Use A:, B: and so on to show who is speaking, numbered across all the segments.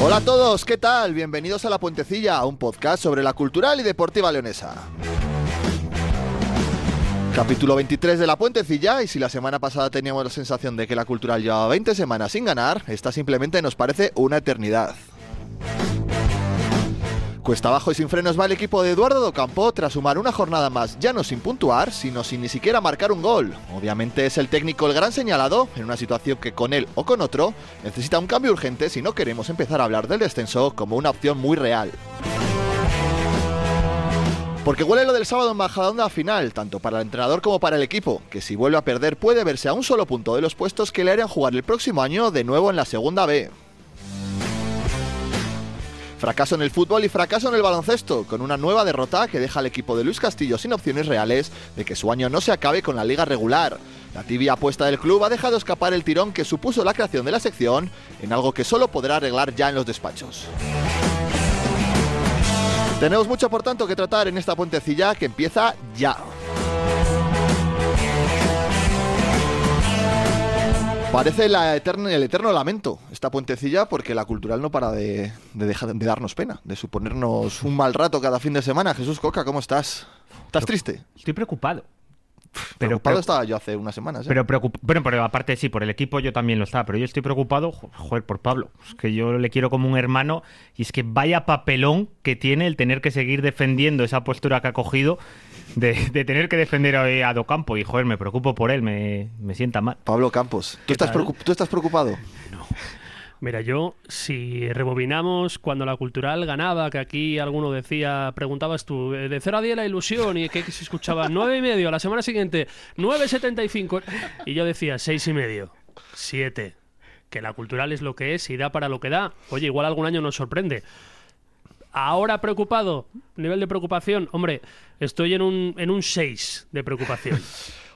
A: Hola a todos, ¿qué tal? Bienvenidos a La Puentecilla, un podcast sobre la cultural y deportiva leonesa. Capítulo 23 de La Puentecilla, y si la semana pasada teníamos la sensación de que la cultural llevaba 20 semanas sin ganar, esta simplemente nos parece una eternidad. Cuesta abajo y sin frenos va el equipo de Eduardo Docampo tras sumar una jornada más, ya no sin puntuar, sino sin ni siquiera marcar un gol. Obviamente es el técnico el gran señalado, en una situación que con él o con otro necesita un cambio urgente si no queremos empezar a hablar del descenso como una opción muy real. Porque huele lo del sábado en Majadahonda final, tanto para el entrenador como para el equipo, que si vuelve a perder puede verse a un solo punto de los puestos que le harían jugar el próximo año de nuevo en la segunda B. Fracaso en el fútbol y fracaso en el baloncesto, con una nueva derrota que deja al equipo de Luis Castillo sin opciones reales de que su año no se acabe con la liga regular. La tibia apuesta del club ha dejado escapar el tirón que supuso la creación de la sección, en algo que solo podrá arreglar ya en los despachos. Tenemos mucho por tanto que tratar en esta puentecilla que empieza ya. Parece la eterna- el eterno lamento esta puentecilla porque la cultural no para de, de dejar- de darnos pena, de suponernos un mal rato cada fin de semana. Jesús Coca, ¿cómo estás? ¿Estás triste?
B: Estoy preocupado. Pero,
A: Pero, Preocupado estaba yo hace unas semanas. ¿eh?
B: pero, preocup- bueno, pero aparte sí, por el equipo yo también lo estaba, pero yo estoy preocupado, jo- joder, por Pablo. Es que yo le quiero como un hermano y es que vaya papelón que tiene el tener que seguir defendiendo esa postura que ha cogido de, de tener que defender a, a Docampo y joder, me preocupo por él, me, me sienta mal.
A: Pablo Campos, ¿tú estás,
C: tal?
A: preocup- ¿tú estás preocupado?
C: Mira, yo, si rebobinamos cuando la cultural ganaba, que aquí alguno decía, preguntabas tú, eh, de 0 a 10 la ilusión, y que que se escuchaba nueve y medio, a la semana siguiente, 9,75, y yo decía seis y medio, 7, que la cultural es lo que es y da para lo que da. Oye, igual algún año nos sorprende. Ahora preocupado, nivel de preocupación, hombre, estoy en un, en un 6 de preocupación.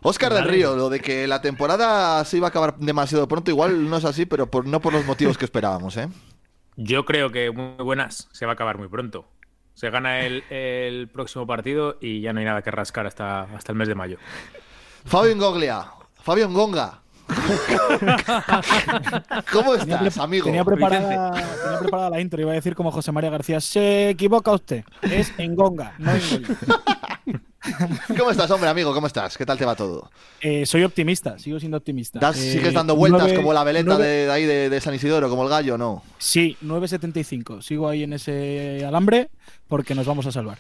A: Óscar del
C: Vale.
A: Río, lo de que la temporada se iba a acabar demasiado pronto, igual no es así, pero por- no por los motivos que esperábamos, ¿eh?
D: Yo creo que muy buenas se va a acabar muy pronto. Se gana el, el próximo partido y ya no hay nada que rascar hasta, hasta el mes de mayo.
A: Fabio Ingoglia, Fabio Ngonga. ¿Cómo estás,
E: pre-
A: amigo?
E: tenía preparada, tenía preparada la intro, iba a decir como José María García, se equivoca usted, es en Gonga, no en Gol".
A: ¿Cómo estás, hombre, amigo? ¿Cómo estás? ¿Qué tal te va todo?
E: Eh, soy optimista, sigo siendo optimista.
A: Das-
E: Eh,
A: ¿Sigues dando vueltas
E: nueve-
A: como la veleta
E: nueve-
A: de, de ahí de, de San Isidoro, como el gallo? No.
E: Sí, 9.75, sigo ahí en ese alambre porque nos vamos a salvar.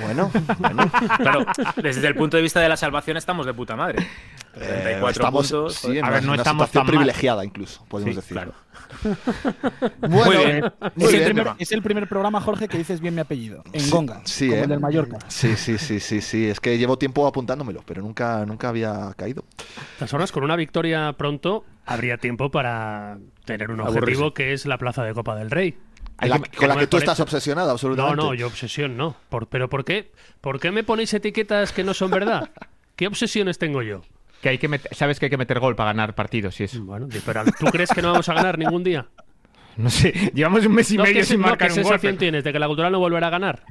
A: Bueno, eh,
D: Claro, desde el punto de vista de la salvación estamos de puta madre. 34
A: Eh, estamos
D: puntos.
A: sí, en
B: A ver,
A: una
B: no estamos
A: situación
B: tan mal.
A: privilegiada incluso, podemos
D: Sí,
A: decir.
D: claro.
A: Bueno,
D: Muy bien.
A: muy
E: es,
A: bien.
E: El primer, es el primer programa, Jorge, que dices bien mi apellido, en
A: Sí,
E: Gonga,
A: sí,
E: como
A: eh.
E: el del Mallorca.
A: Sí, sí, sí, sí, sí. Es que llevo tiempo apuntándomelo, pero nunca, nunca había caído.
C: Las horas con una victoria pronto habría tiempo para tener un objetivo que es la plaza de Copa del Rey.
A: La-
C: que-
A: con la
C: que
A: que tú
C: poner-
A: estás obsesionado,
C: No,
A: absolutamente.
C: no, yo obsesión no. Por- ¿Pero por qué? ¿Por qué me ponéis etiquetas que no son verdad? ¿Qué obsesiones tengo yo?
F: Que hay que meter- sabes que hay que meter gol para ganar partidos y eso.
C: Bueno, pero ¿tú crees que no vamos a ganar ningún día?
F: No sé, llevamos un mes y
C: No,
F: medio
C: ¿qué,
F: sin
C: no,
F: marcar
C: ¿Qué
F: un gol.
C: sensación
F: pero
C: tienes de que la cultural no volverá a ganar?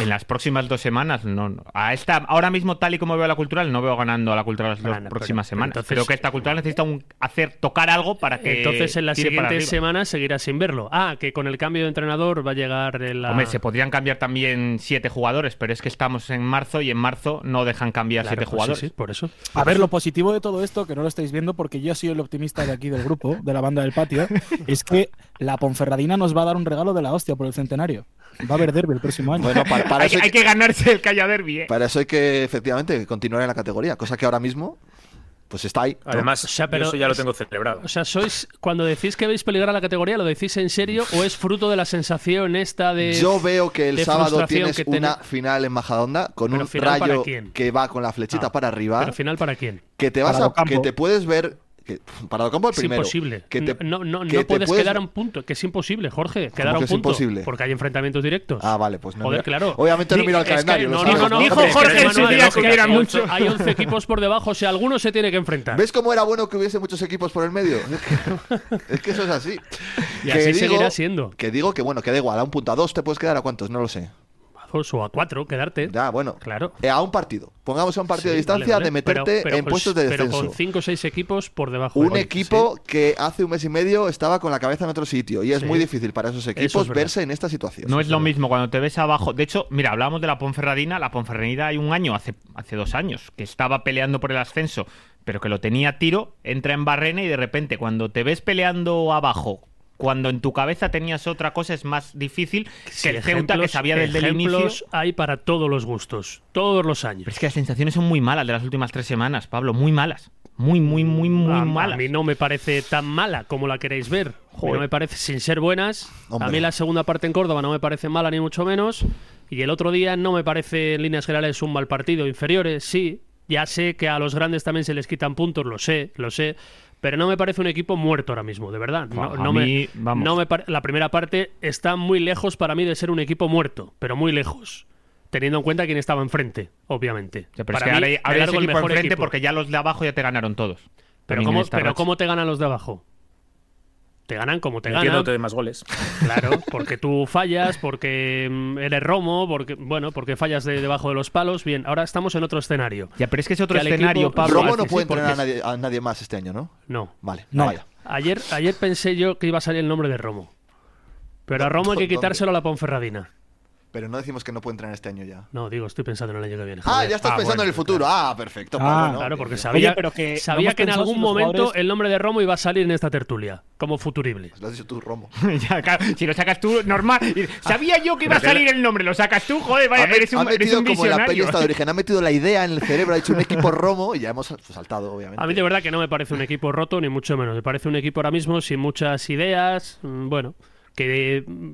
F: En las próximas dos semanas, no, no. A esta, ahora mismo, tal y como veo a la cultural, no veo ganando a la cultural las dos
C: Bueno, pero-
F: próximas
C: pero
F: semanas.
C: entonces- eh,
F: Creo que esta cultural necesita un, hacer tocar algo para que.
C: Entonces en las
F: tire Eh, para
C: siguientes
F: arriba.
C: semanas seguirás sin verlo. Ah, que con el cambio de entrenador va a llegar el...
F: Hombre, se podrían cambiar también siete jugadores, pero es que estamos en marzo y en marzo no dejan cambiar siete jugadores.
C: pues Sí, por eso.
E: A ver, lo positivo de todo esto, que no lo estáis viendo porque yo soy el optimista de aquí del grupo, de la banda del patio, es que la Ponferradina nos va a dar un regalo de la hostia por el centenario. Va a haber derby el próximo año.
A: Bueno, para, para
F: Hay,
A: eso hay,
F: hay que ganarse el Calla Derby, ¿eh?
A: para eso hay que efectivamente continuar en la categoría, cosa que ahora mismo pues está ahí. ¿no?
D: Además,
C: O sea,
D: yo
C: pero
D: eso ya lo
C: es-
D: tengo celebrado.
C: O sea, sois cuando decís que veis peligrar la categoría, ¿lo decís en serio o es fruto de la sensación esta de
A: Yo veo que el
C: de
A: sábado
C: frustración
A: tienes
C: que ten-
A: una final en Majadonda con
C: Pero
A: un
C: final para
A: rayo
C: quién?
A: que va con la flechita
C: Ah,
A: para arriba,
C: pero final para quién?
A: que te vas
E: Para
A: a,
E: Docampo.
A: que te puedes ver que, para Docampo el
C: Es
A: primero.
C: imposible.
A: Que te-
C: no no, no
A: que te
C: puedes, quedar a un punto. Que es imposible, Jorge. Quedar a
A: que
C: un
A: es
C: punto.
A: imposible?
C: Porque hay enfrentamientos directos.
A: Ah, vale, pues no.
C: Joder,
A: mira-
C: claro.
A: Obviamente no
C: Di-
A: miro el
C: es que hay-
A: calendario. lo
C: no,
A: sabemos.
C: no, no,
F: Dijo
C: hombre, es
F: Jorge
C: que
F: en
C: no
F: su
C: hay
F: día que
C: lógica,
F: hubiera
C: hay ocho-
F: mucho.
C: Hay 11 equipos por debajo, o sea, alguno se tiene que enfrentar.
A: ¿Ves cómo era bueno que hubiese muchos equipos por el medio? Es que, es que eso es así.
C: Y así seguirá siendo.
A: Que digo que, bueno, que da igual, a un punto, a dos te puedes quedar, ¿a cuántos? No lo sé.
C: A plazos o a cuatro, quedarte.
A: Ya, bueno.
C: Claro.
A: Eh, a un partido. Pongamos a un partido
C: Sí,
A: de distancia
C: vale, vale.
A: de meterte
C: Pero- pero
A: en
C: con-
A: puestos de descenso.
C: Pero con cinco o seis equipos por debajo.
A: Un
C: Oye,
A: equipo que hace un mes y medio estaba con la cabeza en otro sitio y es
C: Sí.
A: muy difícil para esos equipos
C: verdad.
A: verse en esta situación.
F: No es lo mismo cuando te ves abajo. De hecho, mira, hablábamos de la Ponferradina. La Ponferradina hay un año, hace, hace dos años, que estaba peleando por el ascenso, pero que lo tenía a tiro, entra en Barrena y de repente cuando te ves peleando abajo, cuando en tu cabeza tenías otra cosa, es más difícil que
C: sí. Sí,
F: el Ceuta que
C: ejemplos-
F: sabía desde el
C: ejemplos
F: inicio.
C: hay para todos los gustos, todos los años.
F: Pero es que las sensaciones son muy malas de las últimas tres semanas, Pablo, muy malas. Muy, muy, muy, muy
C: a, a
F: malas.
C: mí no me parece tan mala como la queréis ver. No me parece, sin ser buenas. A
A: Hombre.
C: mí la segunda parte en Córdoba no me parece mala, ni mucho menos. Y el otro día no me parece, en líneas generales, un mal partido. Inferiores, sí. Ya sé que a los grandes también se les quitan puntos, lo sé, lo sé. Pero no me parece un equipo muerto ahora mismo, de verdad. No,
F: A
C: no me-
F: mí, vamos.
C: no me pare- la primera parte está muy lejos para mí de ser un equipo muerto, pero muy lejos. Teniendo en cuenta quién estaba enfrente, obviamente.
F: O sea, pero
C: para
F: es que ahora,
C: mí,
F: ahora
C: de
F: hay
C: largo, el
F: ese equipo
C: mejor
F: enfrente
C: equipo.
F: porque ya los de abajo ya te ganaron todos.
C: Pero,
F: También
C: ¿cómo,
F: en esta
C: pero
F: racha.
C: ¿cómo te ganan los de abajo? Te ganan como te ganan.
D: Metiéndote más goles.
C: Claro, porque tú fallas, porque mm, eres romo, porque bueno, porque fallas de- debajo de los palos. Bien, ahora estamos en otro escenario.
F: Ya, pero es que es otro
C: Que al equipo-
F: escenario, Pablo.
A: Romo
C: hace,
A: no
C: sí,
A: puede
C: porque
A: entrenar a
C: es-
A: nadie, a nadie más este año, ¿no?
C: No.
A: Vale,
E: No.
A: vaya.
C: Ayer, ayer pensé yo que iba a salir el nombre de Romo. Pero a Romo hay que
A: ¿Dónde?
C: quitárselo a la Ponferradina.
A: Pero no decimos que no puede entrenar este año ya.
C: No, digo, estoy pensando en el año que viene.
A: Ah,
C: joder.
A: ya estás
D: Ah,
A: pensando
D: bueno,
A: en el futuro. Ah, perfecto.
E: Ah,
A: Pablo, ¿no?
C: Claro, porque
A: Bien,
C: sabía,
E: pero que no
C: sabía
E: hemos
C: que en
E: pensado si
C: algún
E: los
C: momento
E: jugadores-
C: el nombre de Romo iba a salir en esta tertulia, como futurible.
A: bien. Pues Lo has dicho tú, Romo.
F: Ya, claro, si lo sacas tú, normal. Y- Sabía yo que iba a
D: Pero que-
F: salir el nombre, lo sacas tú, joder, vaya,
A: Ha me-
F: eres
A: ha
F: un, eres
A: metido
F: un
A: como en la peli
F: visionario.
A: esta de origen. Ha metido la idea en el cerebro. Ha hecho un equipo Romo y ya hemos saltado, obviamente.
C: A mí de verdad que no me parece un equipo roto, ni mucho menos. Me parece un equipo ahora mismo sin muchas ideas, mm, bueno, que mm,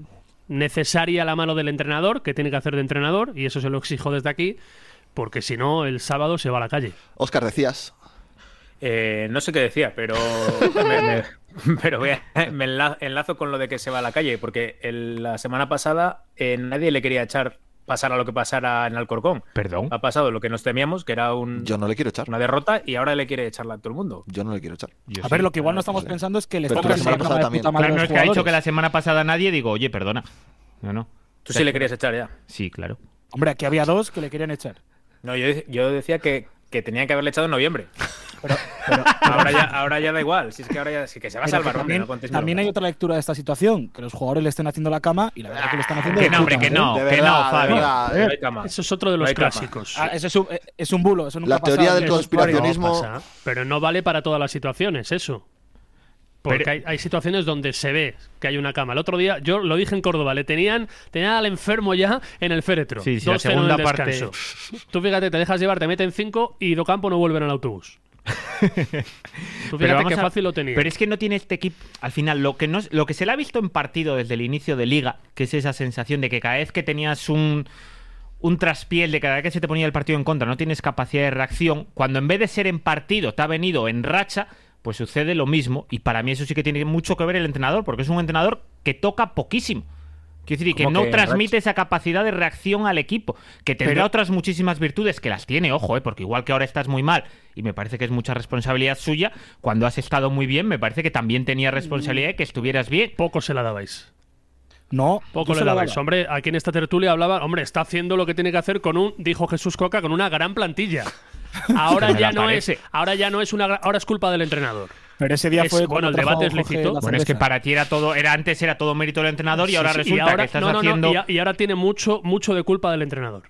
C: necesaria la mano del entrenador, que tiene que hacer de entrenador, y eso se lo exijo desde aquí, porque si no, el sábado se va a la calle.
A: Oscar, decías.
D: Eh, no sé qué decía, pero. me, me- pero voy a- me enla- enlazo con lo de que se va a la calle, porque el- la semana pasada eh, nadie le quería echar pasar a lo que pasara en Alcorcón.
F: Perdón.
D: Ha pasado lo que nos temíamos, que era
C: Mm.
D: un-
A: Yo no le quiero echar.
D: una derrota, y ahora le quiere echarla a todo el mundo.
A: Yo no le quiero echar.
E: A ver, lo que igual no estamos pensando es que le
A: Pero
E: está
A: la semana
E: pasando
A: pasada
E: de puta
A: también.
E: madre
F: Claro,
E: a
F: no
E: los
F: es que ha dicho
E: jugadores.
F: que la semana pasada nadie, digo, oye, perdona. No, no.
D: Tú sí le querías echar ya.
F: Sí, claro.
E: Hombre, aquí había dos que le querían echar.
D: No, yo, de- yo decía que, que tenían que haberle echado en noviembre. ahora, ya, ahora ya da igual. Si es que ahora ya. Si que se va a
E: Pero que
D: salvar, hombre,
E: también,
D: no contéis
E: también hay
D: bromas.
E: otra lectura de esta situación, que los jugadores le estén haciendo la cama y la verdad que le están haciendo
F: Ah, Que
E: de
F: no, hombre,
E: puta ¿eh?
F: que
E: madre.
F: no,
A: De
F: que
A: verdad,
F: no,
A: de
F: Fabio.
A: verdad.
D: No hay cama.
C: Eso es otro de
D: No
C: los
D: hay cama.
C: clásicos.
E: Ah, eso es un, es un bulo, eso nunca
A: La
E: ha pasado.
A: teoría del
E: Eso es
A: conspiración-
E: barrio.
A: conspiracionismo-
C: No pasa, pero no vale para todas las situaciones, eso. Porque
F: Pero-
C: hay, hay situaciones donde se ve que hay una cama. El otro día, yo lo dije en Córdoba, le tenían, tenían al enfermo ya en el féretro.
F: Sí, sí, la
C: 2-0 en el
F: segunda parte-
C: descanso. Tú fíjate, te dejas llevar, te meten cinco y Docampo no vuelven al autobús. Tú fíjate
F: vamos
C: qué
F: a-
C: fácil lo tenía.
F: Pero es que no tiene este equipo. Al final, lo que, no, es- lo que se le ha visto en partido desde el inicio de liga, que es esa sensación de que cada vez que tenías un, un traspiel, de cada vez que se te ponía el partido en contra, no tienes capacidad de reacción, cuando en vez de ser en partido te ha venido en racha, pues sucede lo mismo. Y para mí eso sí que tiene mucho que ver el entrenador, porque es un entrenador que toca poquísimo. Quiero decir, y que
D: ¿Cómo
F: no
D: que en
F: transmite
D: racha?
F: esa capacidad de reacción al equipo, que tendrá
C: Pero-
F: otras muchísimas virtudes que las tiene, ojo, eh, porque igual que ahora estás muy mal y me parece que es mucha responsabilidad suya, cuando has estado muy bien me parece que también tenía responsabilidad de que estuvieras bien.
C: Poco se la dabais.
E: No, tú
C: Poco
E: se
C: le
E: la
C: dabais.
E: dabas.
C: Hombre, aquí en esta tertulia hablaba, hombre, está haciendo lo que tiene que hacer con un, dijo Jesús Coca, con una gran plantilla. Ahora
F: Me la
C: ya no es,
F: parece.
C: ahora ya no es una, gra- ahora es culpa del entrenador.
E: Pero ese día
C: Es-
E: fue
C: bueno,
E: cuando
C: el
E: trajo
C: debate es
E: Jorge
C: lícito.
E: la
F: Bueno, es que
E: cerveza.
F: para ti era todo, era antes era todo mérito del entrenador y ahora
C: Sí, sí,
F: resulta que estás
C: no, no, no,
F: haciendo...
C: y, a- y ahora tiene mucho, mucho de culpa del entrenador.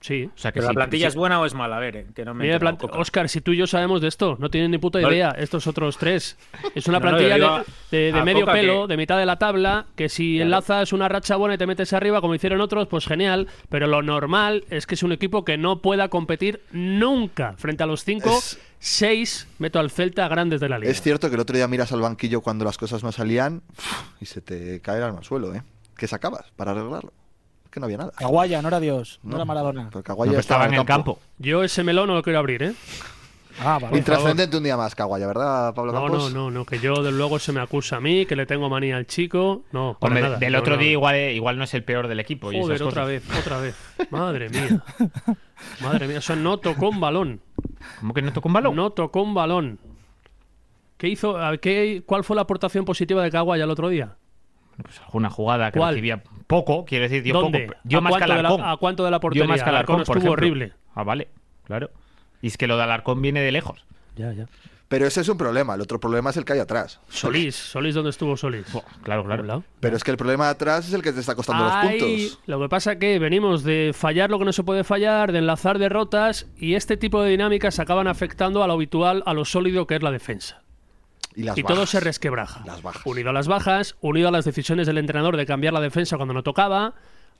C: Sí.
F: O sea que
D: Pero
F: sí,
D: la plantilla
F: sí.
D: es buena o es mala, a ver, eh, que no me.
C: Mira,
D: he
C: plan-
D: enterado, Coca.
C: Oscar, si tú y yo sabemos de esto, no tienen ni puta
D: No,
C: idea estos otros tres. Es una
D: No, no,
C: plantilla
D: yo digo
C: de, de- de
D: a
C: medio
D: Coca
C: pelo,
D: que-
C: de mitad de la tabla, que si
D: Claro.
C: enlazas una racha buena y te metes arriba como hicieron otros, pues genial. Pero lo normal es que es un equipo que no pueda competir nunca frente a los cinco,
A: Es-
C: seis, meto al Celta, grandes de la liga.
A: Es cierto que el otro día miras al banquillo cuando las cosas no salían pf, y se te cae el alma al suelo, ¿eh? ¿Qué sacabas para arreglarlo? Es que no había nada.
E: Caguaya, no era Dios, no, era Maradona.
A: Pero
F: No,
A: Caguaya
F: pero estaba en el campo.
C: Yo ese melón no lo quiero abrir, ¿eh?
E: Ah, vale.
A: Intrascendente un día más, Caguaya, ¿verdad, Pablo
C: No, no,
A: Campos?
C: no, no, que yo de luego se me acusa a mí, que le tengo manía al chico. No, para
F: Hombre,
C: nada.
F: del
C: No,
F: otro
C: no.
F: día igual, eh, igual no es el peor del equipo. y
C: Joder,
F: esas
C: otra
F: cosas.
C: vez, otra vez. Madre mía. Madre mía, o sea, no tocó un balón.
F: ¿Cómo que no tocó un balón?
C: No tocó un balón. ¿Qué hizo? a- qué- ¿Cuál fue la aportación positiva de Kawhi al otro día?
F: Pues alguna jugada que
C: ¿Cuál?
F: recibía poco, quiero decir, dio
C: ¿Dónde?
F: poco. Dio
C: ¿A,
F: más que
C: cuánto de
F: Alarcón.
C: la, ¿A cuánto de la portería?
F: Dio más que Alarcón,
C: Alarcón
F: por
C: estuvo
F: ejemplo.
C: horrible.
F: Ah, vale, claro. Y es que lo de Alarcón viene de lejos.
C: Ya, ya.
A: Pero ese es un problema. El otro problema es el que hay atrás.
C: Solís, Solís, ¿dónde estuvo Solís?
F: Claro,
C: ¿A un
F: claro.
C: lado?
A: Pero es que el problema de atrás es el que te está costando
C: Ahí,
A: los puntos.
C: Lo que pasa que venimos de fallar lo que no se puede fallar, de enlazar derrotas y este tipo de dinámicas acaban afectando a lo habitual, a lo sólido que es la defensa.
A: Y, las
C: y todo
A: bajas.
C: se resquebraja.
A: Las bajas.
C: Unido a las bajas, unido a las decisiones del entrenador de cambiar la defensa cuando no tocaba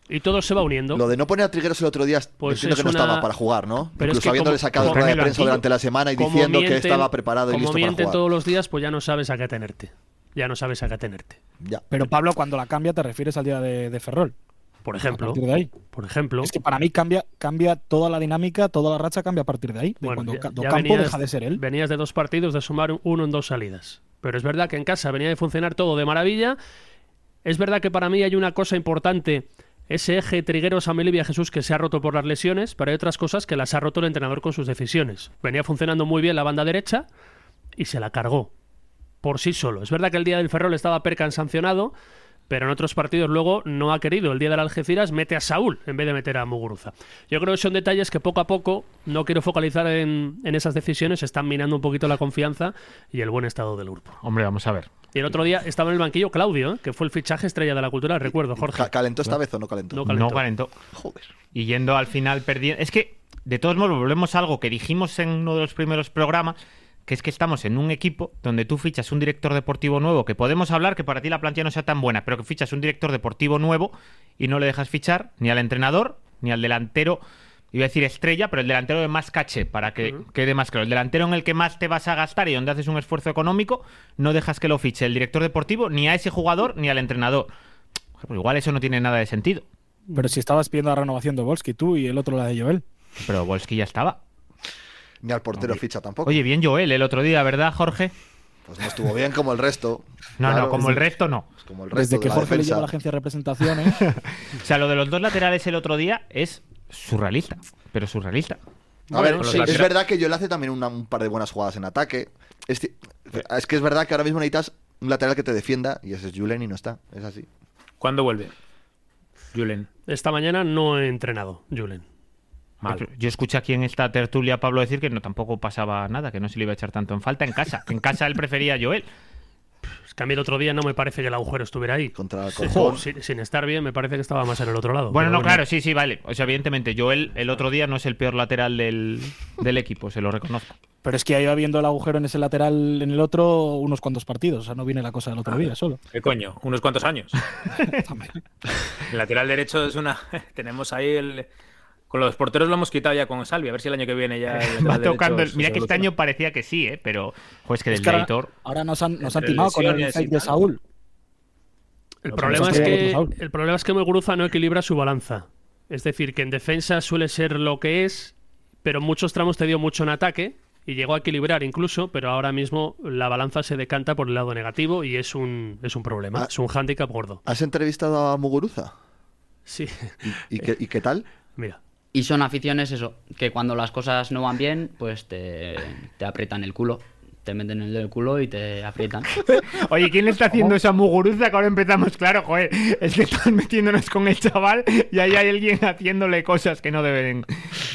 C: y todo se va uniendo.
A: Lo de no poner a Trigueros el otro día,
C: Pues
A: entiendo que
C: es
A: no
C: una-
A: estaba para jugar, ¿no?
C: Pero es
A: Incluso
C: que
A: habiéndole
C: como-
A: sacado
C: como
A: rueda de
F: Carmelo
A: prensa
F: Antiguo.
A: durante la semana y
C: Como
A: diciendo que
C: mienten-
A: estaba preparado y
C: como
A: listo para
C: mienten
A: jugar.
C: todos los días, pues ya no sabes a qué tenerte. Ya no sabes a qué tenerte.
A: Ya.
E: Pero Pablo, cuando la cambia, te refieres al día de, de Ferrol.
C: Por
E: A
C: ejemplo,
E: partir de ahí.
C: por ejemplo,
E: Es que para mí cambia, cambia toda la dinámica, toda la racha cambia a partir de ahí. De
C: Bueno,
E: cuando
C: ya-
E: Ca-
C: ya
E: Docampo
C: venías-
E: deja de ser él.
C: Venías de dos partidos de sumar un- uno en dos salidas. Pero es verdad que en casa venía de funcionar todo de maravilla. Es verdad que para mí hay una cosa importante, ese eje Trigueros, Amelivia, Jesús, que se ha roto por las lesiones, pero hay otras cosas que las ha roto el entrenador con sus decisiones. Venía funcionando muy bien la banda derecha y se la cargó por sí solo. Es verdad que el día del Ferrol estaba Percan sancionado, pero en otros partidos luego no ha querido. El día del Algeciras mete a Saúl en vez de meter a Muguruza. Yo creo que son detalles que poco a poco, no quiero focalizar en, en esas decisiones, están minando un poquito la confianza y el buen estado del grupo.
F: Hombre, vamos a ver.
C: Y el otro día estaba en el banquillo Claudio, ¿eh? que fue el fichaje estrella de la cultura, recuerdo, Jorge.
A: Ca- ¿Calentó esta vez o no calentó?
C: No calentó.
F: No calentó.
A: Joder.
F: Y yendo al final perdiendo. Es que, de todos modos, volvemos a algo que dijimos en uno de los primeros programas, que es que estamos en un equipo donde tú fichas un director deportivo nuevo, que podemos hablar que para ti la plantilla no sea tan buena, pero que fichas un director deportivo nuevo y no le dejas fichar ni al entrenador, ni al delantero. Iba a decir estrella, pero el delantero de más caché, para que quede más claro. El delantero en el que más te vas a gastar y donde haces un esfuerzo económico, no dejas que lo fiche el director deportivo, ni a ese jugador, ni al entrenador. Pues igual eso no tiene nada de sentido.
E: Pero si estabas pidiendo la renovación de Volsky tú y el otro la de Joel.
F: Pero Volsky ya estaba.
A: Ni al portero ficha tampoco.
F: Oye, bien Joel el otro día, ¿verdad, Jorge?
A: Pues no estuvo bien como el resto.
F: No,
A: Claro, pues
F: no, como el resto no.
A: Como el resto
E: Desde que
A: de la
E: Jorge le lleva a la
A: defensa.
E: agencia de representaciones.
F: O sea, lo de los dos laterales el otro día es surrealista, pero surrealista.
A: A
C: Bueno,
A: ver,
C: los
A: sí, es
D: laterales.
A: verdad que Joel hace también una- un par de buenas jugadas en ataque. Es, ci- es que es verdad que ahora mismo necesitas un lateral que te defienda y ese es Julen y no está. Es así.
D: ¿Cuándo vuelve? Julen.
C: Esta mañana no he entrenado, Julen.
D: Mal.
F: Yo escuché aquí en esta tertulia a Pablo decir que no tampoco pasaba nada, que no se le iba a echar tanto en falta en casa. que En casa él prefería a Joel.
C: Es que a mí el otro día no me parece que el agujero estuviera ahí.
A: Contra el
C: Jo, sin, sin estar bien, me parece que estaba más en el otro lado.
F: Bueno,
C: pero
F: no, claro, sí, sí, vale. O sea, evidentemente, Joel el otro día no es el peor lateral del, del equipo, se lo reconozco.
E: Pero es que ahí va viendo el agujero en ese lateral, en el otro, unos cuantos partidos. O sea, no viene la cosa del otro día solo.
D: ¿Qué coño? ¿Unos cuantos años? el lateral derecho es una. Tenemos ahí el. Con los porteros lo hemos quitado ya con Salvi, a ver si el año que viene ya. el
F: Va
D: lateral
F: tocando. el-
D: derecho
F: Mira
D: se
F: que este
D: soluciona.
F: año parecía que sí, ¿eh? Pero, pues que
E: Es
F: del
E: que ahora,
F: editor.
E: ahora nos han, nos han
D: Entre
E: timado con el
D: lesiones y
E: fake de
D: tal.
E: Saúl.
C: El
D: Lo
C: problema, es
E: pensamos todos,
C: que,
E: Saúl.
C: el problema es que Muguruza no equilibra su balanza. Es decir, que en defensa suele ser lo que es, pero en muchos tramos te dio mucho en ataque y llegó a equilibrar incluso, pero ahora mismo la balanza se decanta por el lado negativo y es un, es un problema,
A: Ah.
C: es un hándicap gordo.
A: ¿Has entrevistado a Muguruza?
C: Sí,
A: ¿Y qué, y qué tal?
C: mira.
G: Y son aficiones, eso, que cuando las cosas no van bien, pues te, te aprietan el culo. Te meten el dedo en el culo y te aprietan.
F: Oye, ¿quién le está haciendo esa muguruza que ahora empezamos? Claro, joder, es que están metiéndonos con el chaval y ahí hay alguien haciéndole cosas que no deben,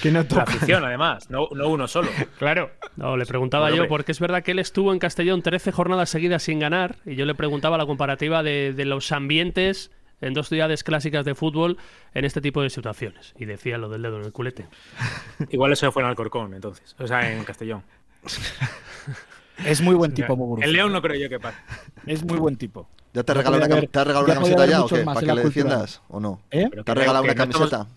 F: que no
D: La
F: tocan.
D: afición, además, no, no uno solo.
F: Claro.
C: No, le preguntaba
D: Hombre.
C: yo, porque es verdad que él estuvo en Castellón 13 jornadas seguidas sin ganar, y yo le preguntaba la comparativa de, de los ambientes en dos ciudades clásicas de fútbol en este tipo de situaciones. Y decía lo del dedo en el culete.
D: Igual eso fue en Alcorcón, entonces. O sea, en Castellón.
E: Es muy buen tipo, Muguruza.
D: En León no creo yo que pase.
E: Es muy buen tipo.
A: ¿Ya te
E: Ya
A: has regalado una,
E: podía
A: cam-
E: haber-
A: ¿te has regalado
E: ya
A: una
E: podía
A: camiseta
E: haber
A: ya o
E: muchos
A: qué?
E: más
A: ¿Para
E: en
A: que
E: la
A: le
E: cultura.
A: defiendas o no?
E: ¿Eh?
D: Pero
A: ¿Te has
D: que
A: regalado
D: no-
A: una
D: que no estamos-
A: camiseta?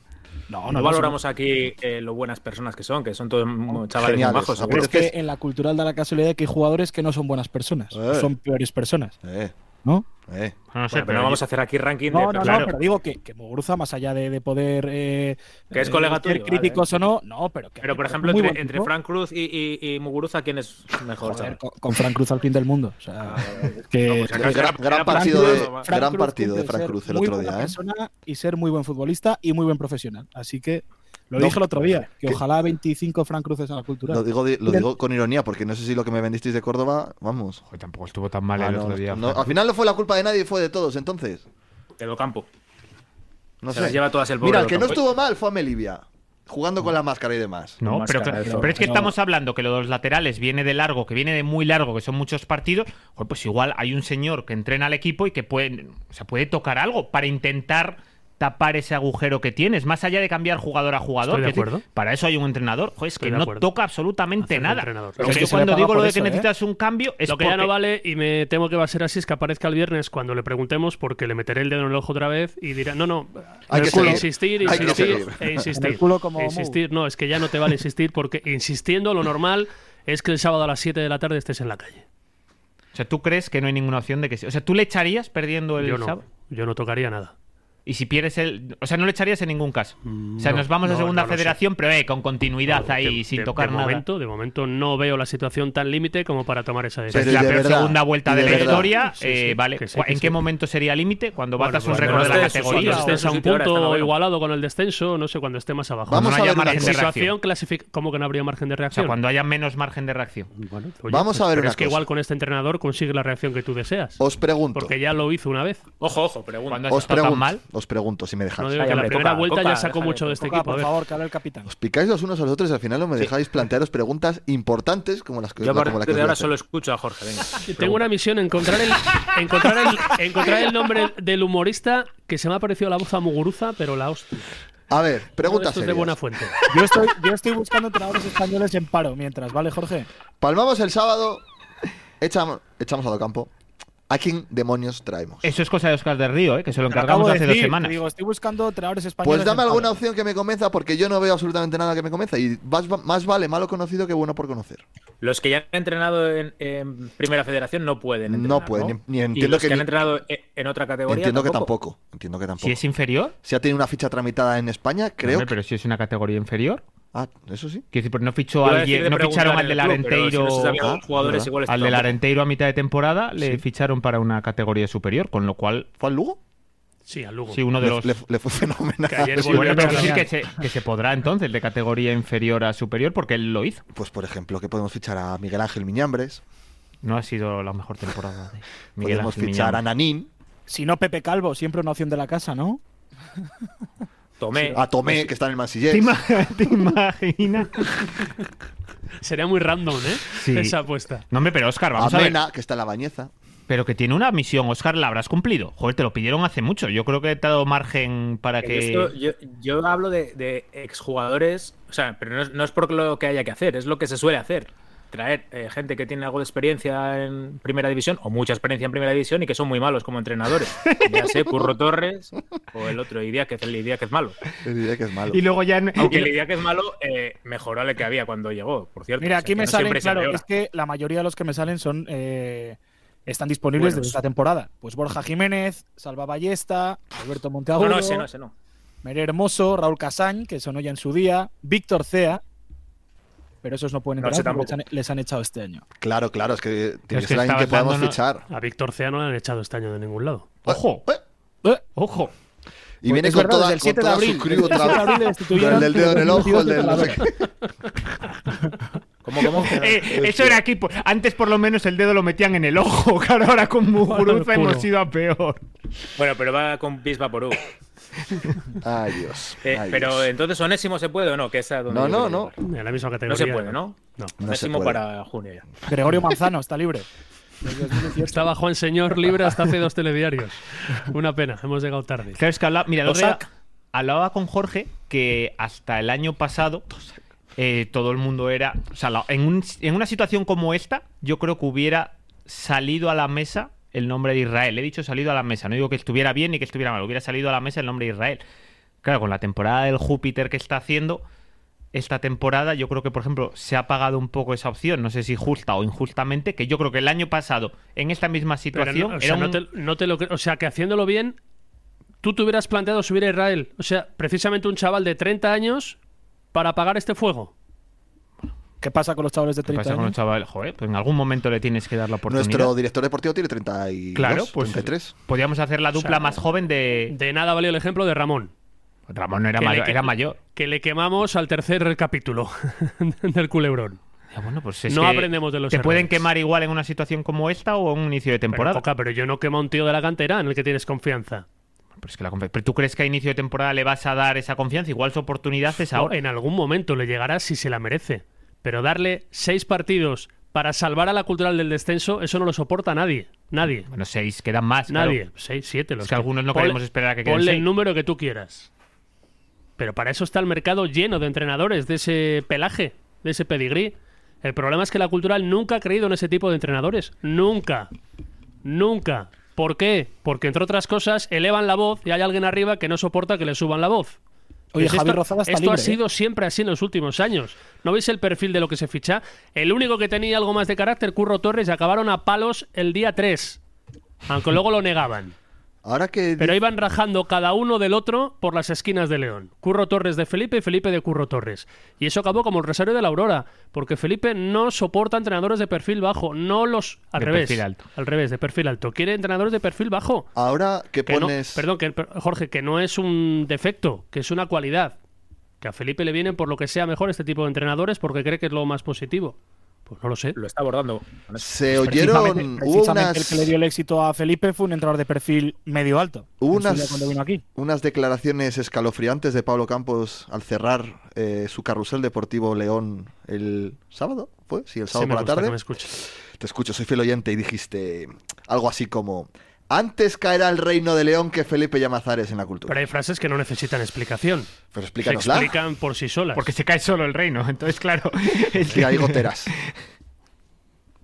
E: No,
D: No,
E: Oh, no,
D: valoramos aquí eh, lo buenas personas que son, que son todos mm, chavales muy
A: Oh, Geniales,
D: majos.
A: a
D: seguro.
E: Es que en la cultural da la casualidad que hay jugadores que no son buenas personas.
A: Eh.
E: Son peores personas,
A: Eh,
E: ¿no?
A: eh.
F: No sé,
D: Bueno, pero no vamos a hacer aquí ranking de.
E: No, no,
D: claro.
E: no, pero digo que, que Muguruza, más allá de, de poder eh,
D: Que es
E: eh,
D: colega
E: ser
D: tuyo, vale.
E: críticos o no, no, pero que
D: Pero, por
E: me parece
D: ejemplo,
E: muy
D: entre,
E: buen
D: entre
E: tipo.
D: Frank Cruz y, y- y Muguruza, ¿quién es mejor? chaval?
E: Joder, con, con Frank Cruz al fin del mundo. O
A: Ah,
E: sea, es que
D: No, pues,
A: Gran,
D: Era-
A: gran
D: era
A: partido
D: Cruz,
A: de,
D: Frank
A: gran
E: Cruz
A: partido de
E: tiene que
A: Frank
E: ser
A: Cruz el
E: muy
A: otro
E: buena
A: día, ¿eh?
E: persona y ser muy buen futbolista y muy buen profesional. Así que lo
A: No.
E: dije el otro día, que
A: ¿Qué?
E: ojalá 25 Frank Cruces a la cultura.
A: Lo digo, de- lo
E: Mira.
A: digo con ironía porque no sé si lo que me vendisteis de Córdoba, vamos.
F: Joder, tampoco estuvo tan mal
A: Ah,
F: el
A: no,
F: otro día.
A: no,
F: Fran.
A: al final no fue la culpa de nadie, fue de todos, entonces.
D: De Docampo.
A: No
D: Se
A: sé.
D: las lleva todas el pobre
A: Mira, el que no
D: Dortmund.
A: estuvo mal fue a Melivia, jugando con la máscara y demás.
F: No,
D: Más
F: pero, que-
D: cara eso.
F: pero es que
E: No.
F: estamos hablando que lo de los laterales viene de largo, que viene de muy largo, que son muchos partidos. Joder, pues igual hay un señor que entrena al equipo y que puede, o sea, puede tocar algo para intentar tapar ese agujero que tienes, más allá de cambiar jugador a jugador.
C: Estoy de
F: Es decir,
C: acuerdo.
F: para eso hay un entrenador. Joder, es
C: Estoy
F: que
C: de
F: no
C: acuerdo.
F: toca absolutamente
C: Hacer de
F: nada.
C: entrenador.
F: Pero
E: Pero es
F: yo
E: que se le
F: cuando
E: paga
F: digo lo
E: por
F: de
E: eso,
F: que
E: ¿eh?
F: necesitas un cambio es
C: Lo que ya no
F: porque-
C: vale, y me temo que va a ser así, es que aparezca el viernes cuando le preguntemos, porque le meteré el dedo en el ojo otra vez y dirá, no, no,
A: Hay que
C: insistir,
A: seguir.
C: insistir,
A: Hay que
C: insistir,
A: seguir.
C: e insistir.
E: En el culo como
C: e insistir. No, es que ya no te vale insistir, porque insistiendo lo normal es que el sábado a las 7 de la tarde estés en la calle.
F: O sea, tú crees que no hay ninguna opción de que... se- O sea, tú le echarías perdiendo el
C: Yo no,
F: sábado?
C: yo no tocaría nada.
F: Y si pierdes el... O sea, no le echarías en ningún caso.
C: Mm,
F: O sea,
C: no,
F: nos vamos
C: no,
F: a Segunda
C: no lo sé.
F: Federación, pero eh, con continuidad
C: De-
F: ahí,
C: de-
F: sin
C: de-
F: tocar
C: de
F: nada.
C: Momento, de momento no veo la situación tan límite como para tomar esa
F: O sea,
A: Pero
C: decisión.
F: es la
A: de
F: peor
A: verdad,
F: segunda vuelta de,
A: de
F: la
A: verdad.
F: historia.
C: Sí, sí,
F: eh,
C: sí,
F: vale.
C: que sí, que
F: ¿En
C: sí.
F: qué momento sería límite? Cuando
C: Bueno,
F: batas
C: pues
F: un récord
C: cuando
F: de la
D: estés-
F: categoría.
C: Cuando
D: sí,
C: estés a un
D: sí, ahora está
C: punto
D: noveno.
C: igualado con el descenso, no sé, cuando esté más abajo.
A: Vamos a
F: no haya
A: ver una
F: margen de
A: cosa.
F: reacción.
C: situación clasific- ¿Cómo que no habría margen de
F: O sea,
C: reacción?
F: cuando haya menos margen de reacción.
C: Bueno,
A: Vamos a ver
C: pero
A: una
C: es que
A: cosa.
C: igual con este entrenador consigue la reacción que tú deseas.
A: Os pregunto.
C: Porque ya lo hizo una vez.
D: Ojo, ojo, pregunta.
F: Cuando has
A: Os
F: estado
A: pregunto,
F: tan mal.
A: os pregunto, si me dejáis.
C: No digo que la
D: Ay, hombre,
C: primera
D: Coca,
C: vuelta ya
D: Coca,
C: sacó
D: déjale,
C: mucho de este
E: Coca,
C: equipo. a
E: por
C: ver.
E: favor, que habla el capitán.
A: Os picáis los unos a los otros y al final no me dejáis plantearos preguntas importantes como las que
D: Yo a
A: como la que
D: partir
A: os
D: de
A: voy a
D: ahora
A: hacer.
D: solo escucho a Jorge. Venga.
C: Tengo una misión, encontrar el, encontrar, el, encontrar el nombre del humorista que se me ha parecido la voz a Muguruza, pero la hostia.
A: A ver,
C: Uno de
A: preguntas
C: estos de
A: serias.
C: buena fuente.
E: Yo estoy, yo estoy buscando entrenadores españoles en paro mientras, ¿vale, Jorge?
A: Palmamos el sábado, echamos, echamos a campo. ¿A quién demonios traemos?
F: Eso es cosa de Oscar del Río, eh, que se lo
E: Te acabo
F: encargamos
E: de
F: hace
E: decir,
F: dos semanas.
E: te Digo, estoy buscando entrenadores españoles.
A: Pues dame
E: en paro.
A: alguna opción que me convenza porque yo no veo absolutamente nada que me convenza y más, va- más vale malo conocido que bueno por conocer.
D: Los que ya han entrenado en, en Primera Federación no pueden. entrenar,
A: No pueden, ni- ni
D: Y
A: entiendo
D: los
A: que
D: que,
A: ni-
D: han entrenado en, en otra categoría.
A: Entiendo que tampoco, entiendo que tampoco.
F: Si es inferior,
A: Si ha tenido una ficha tramitada en España, creo
F: hombre,
A: que...
F: pero si es una categoría inferior.
A: Ah, eso sí.
F: Quiero decir, pero no
D: Yo
F: fichó
D: iba a
F: a
D: decir
F: alguien,
D: de
F: no ficharon
D: preguntar
F: al del
D: en el club, pero si
F: Arenteiro.
D: no se sabía,
A: Ah,
D: jugadores
A: verdad.
D: iguales
F: Al del
D: tampoco.
F: Arenteiro a mitad de temporada le ficharon para una categoría superior, con lo cual,
A: ¿Fue al Lugo?
C: Sí, al Lugo.
F: sí, uno de
A: Le,
F: los.
A: le- le fue fenomenal.
C: Que ayer
A: Sí,
C: volvió
F: Bueno,
C: a
F: pero
C: echar
F: sí
C: la-
F: que se, que se podrá entonces de categoría inferior a superior, porque él lo hizo.
A: Pues por ejemplo, que podemos fichar a Miguel Ángel Miñambres,
F: No ha sido la mejor temporada de Miguel
A: podemos
F: Ángel
A: fichar a
F: Millán.
A: Nanín,
E: Si no, Pepe Calvo, siempre una opción de la casa, ¿no?
D: Tomé.
E: Ah,
A: a
F: pues,
A: Tomé, que está en el Mansillés.
F: ¿Te, ima- te imaginas?
C: Sería muy random, ¿eh?
F: Sí.
C: Esa apuesta.
F: No, hombre, pero Oscar,
A: a
F: vamos a, ver.
A: Mena, que está en la bañeza.
F: Pero que tiene una misión, Oscar, la habrás cumplido. Joder, te lo pidieron hace mucho. Yo creo que te ha dado margen para
D: Que
F: que.
D: esto- yo, yo hablo de, de exjugadores, o sea, pero no es, no es por lo que haya que hacer, es lo que se suele hacer. Traer eh, gente que tiene algo de experiencia en primera división o mucha experiencia en primera división y que son muy malos como entrenadores. Ya sé, Curro Torres o el otro, Idia, que es el Idia que es malo.
A: Yo diría que es malo.
F: Y luego ya. en-
D: Aunque
F: y-
D: el Idia que es malo eh, mejoró al que había cuando llegó, por cierto. O sea,
E: Mira, aquí
D: que
E: me
D: no
E: salen,
D: siempre se
E: claro,
D: empeora.
E: es que la mayoría de los que me salen son eh, están disponibles
D: Buenos.
E: desde esta temporada. Pues Borja Jiménez, Salva Ballesta, Alberto
D: No,
E: Monteagudo,
D: no, ese no, ese no.
E: Mere Hermoso, Raúl Casañ, que sonó ya en su día, Víctor Cea. Pero esos no pueden
D: No,
E: entrar,
D: ese
E: porque les, han,
D: tampoco.
E: les han echado este año.
A: Claro, claro, es que tiene
F: Es
A: que
F: que
A: ser alguien que
F: estabas
A: podamos
F: dando, ¿no?
A: fichar.
C: A Víctor Cea no le han echado este año de ningún lado.
F: Ojo,
A: Eh,
E: Eh,
F: ojo.
A: Y viene
E: es
A: con
E: verdad,
A: toda,
E: desde el
A: con
E: 7 de
A: toda su
E: abril,
A: crew
E: desde el
A: otra
E: 7 de abril le
A: vez.
E: destituyeron,
A: El del dedo en el ojo, el del no sé qué.
D: ¿Cómo, cómo?
F: Eh, eso era aquí. por- Antes, por lo menos, el dedo lo metían en el ojo. Claro, ahora con Muguruza
C: culo.
F: hemos ido a peor.
D: Bueno, pero va con Pispa por
A: Ay, Dios. ay,
D: Eh, pero
A: Dios.
D: entonces, ¿onésimo se puede o no? Que es a donde
A: No,
D: yo
A: no,
D: quiero
A: no.
D: llegar.
C: En la misma categoría.
D: No se puede, ¿no?
C: No.
A: No se
D: Onésimo
A: puede.
D: para junio ya.
E: Gregorio Manzano está libre. Desde 2018.
C: Estaba Juan Señor libre hasta hace dos telediarios. Una pena, hemos llegado tarde.
F: Claro, es que habla- mira, el otro día
D: Tosak.
F: hablaba con Jorge que hasta el año pasado eh, todo el mundo era. O sea, la- en, un- en una situación como esta, yo creo que hubiera salido a la mesa el nombre de Israel. He dicho salido a la mesa, no digo que estuviera bien ni que estuviera mal, hubiera salido a la mesa el nombre de Israel. Claro, con la temporada del Júpiter que está haciendo. Esta temporada, yo creo que, por ejemplo, se ha pagado un poco esa opción, no sé si justa o injustamente, que yo creo que el año pasado, en esta misma
C: Pero
F: situación,
C: no, o,
F: era
C: sea, no
F: un-
C: te, no te lo cre- o sea, que haciéndolo bien, tú te hubieras planteado subir a Israel. O sea, precisamente un chaval de 30 años para apagar este fuego.
E: ¿Qué pasa con los chavales de
F: ¿Qué
E: 30
F: pasa con
E: años?
F: los chavales? Joder, pues en algún momento le tienes que dar la oportunidad.
A: Nuestro director deportivo tiene 32,
F: claro, pues
A: 33.
F: podíamos hacer la dupla más joven de
C: De nada valió el ejemplo de Ramón.
F: Ramón no era
C: que le
F: mayor,
C: que-
F: era mayor.
C: Que le quemamos al tercer capítulo del culebrón.
F: Ya, bueno, pues es
C: No
F: que
C: aprendemos de los
F: Te
C: errores.
F: pueden quemar igual en una situación como esta o en un inicio de
C: Pero,
F: temporada.
C: Coca, pero yo no quemo a un tío de la cantera en el que tienes confianza.
F: Pero, Pero, es que la confi- pero tú crees que a inicio de temporada le vas a dar esa confianza, igual su oportunidad es
C: No, eh,
F: ahora.
C: en algún momento le llegará si se la merece. Pero darle seis partidos para salvar a la cultural del descenso, eso no lo soporta nadie. Nadie.
F: Bueno, seis, quedan más. claro.
C: Nadie. Seis, siete. Los
F: Es que algunos no
C: Ponle-
F: queremos esperar a que queden
C: Ponle el
F: seis.
C: número que tú quieras. Pero para eso está el mercado lleno de entrenadores de ese pelaje, de ese pedigrí. El problema es que la cultural nunca ha creído en ese tipo de entrenadores. Nunca. Nunca. ¿Por qué? Porque entre otras cosas elevan la voz y hay alguien arriba que no soporta que le suban la voz.
E: Oye,
C: Pues
E: Javi
C: esto,
E: Rozada está
C: esto
E: libre. ¿eh?
C: ha sido siempre así en los últimos años. ¿No veis el perfil de lo que se ficha? El único que tenía algo más de carácter, Curro Torres, y acabaron a palos el día 3. Aunque luego lo negaban.
A: Ahora que
C: Pero iban rajando cada uno del otro por las esquinas de León. Curro Torres de Felipe y Felipe de Curro Torres. Y eso acabó como el Rosario de la Aurora, porque Felipe no soporta entrenadores de perfil bajo, no los al
F: De
C: revés.
F: perfil alto.
C: Al revés, de perfil alto. Quiere entrenadores de perfil bajo.
A: Ahora que
C: Que no-
A: pones.
C: perdón, que, per- Jorge, que no es un defecto, que es una cualidad. Que a Felipe le vienen por lo que sea mejor este tipo de entrenadores porque cree que es lo más positivo. Pues no lo sé.
D: Lo está abordando.
A: se
E: Precisamente,
A: oyeron. Hubo
E: precisamente
A: unas.
E: el que le dio el éxito a Felipe fue un entrenador de perfil medio alto.
A: Hubo
E: en su día
A: unas-
E: cuando vino aquí.
A: unas declaraciones escalofriantes de Pablo Campos al cerrar eh, su carrusel deportivo León el sábado, ¿fue? Sí, el
C: Sí,
A: sábado
C: me
A: por la
C: gusta que
A: tarde.
C: me escuche.
A: Te escucho, soy fiel oyente y dijiste algo así como antes caerá el reino de León que Felipe Llamazares en la cultura.
C: Pero hay frases que no necesitan explicación.
A: Pero
C: Se
A: explícanosla.
C: explican por sí solas.
F: Porque se cae solo el reino, entonces claro. es
A: Sí, hay goteras.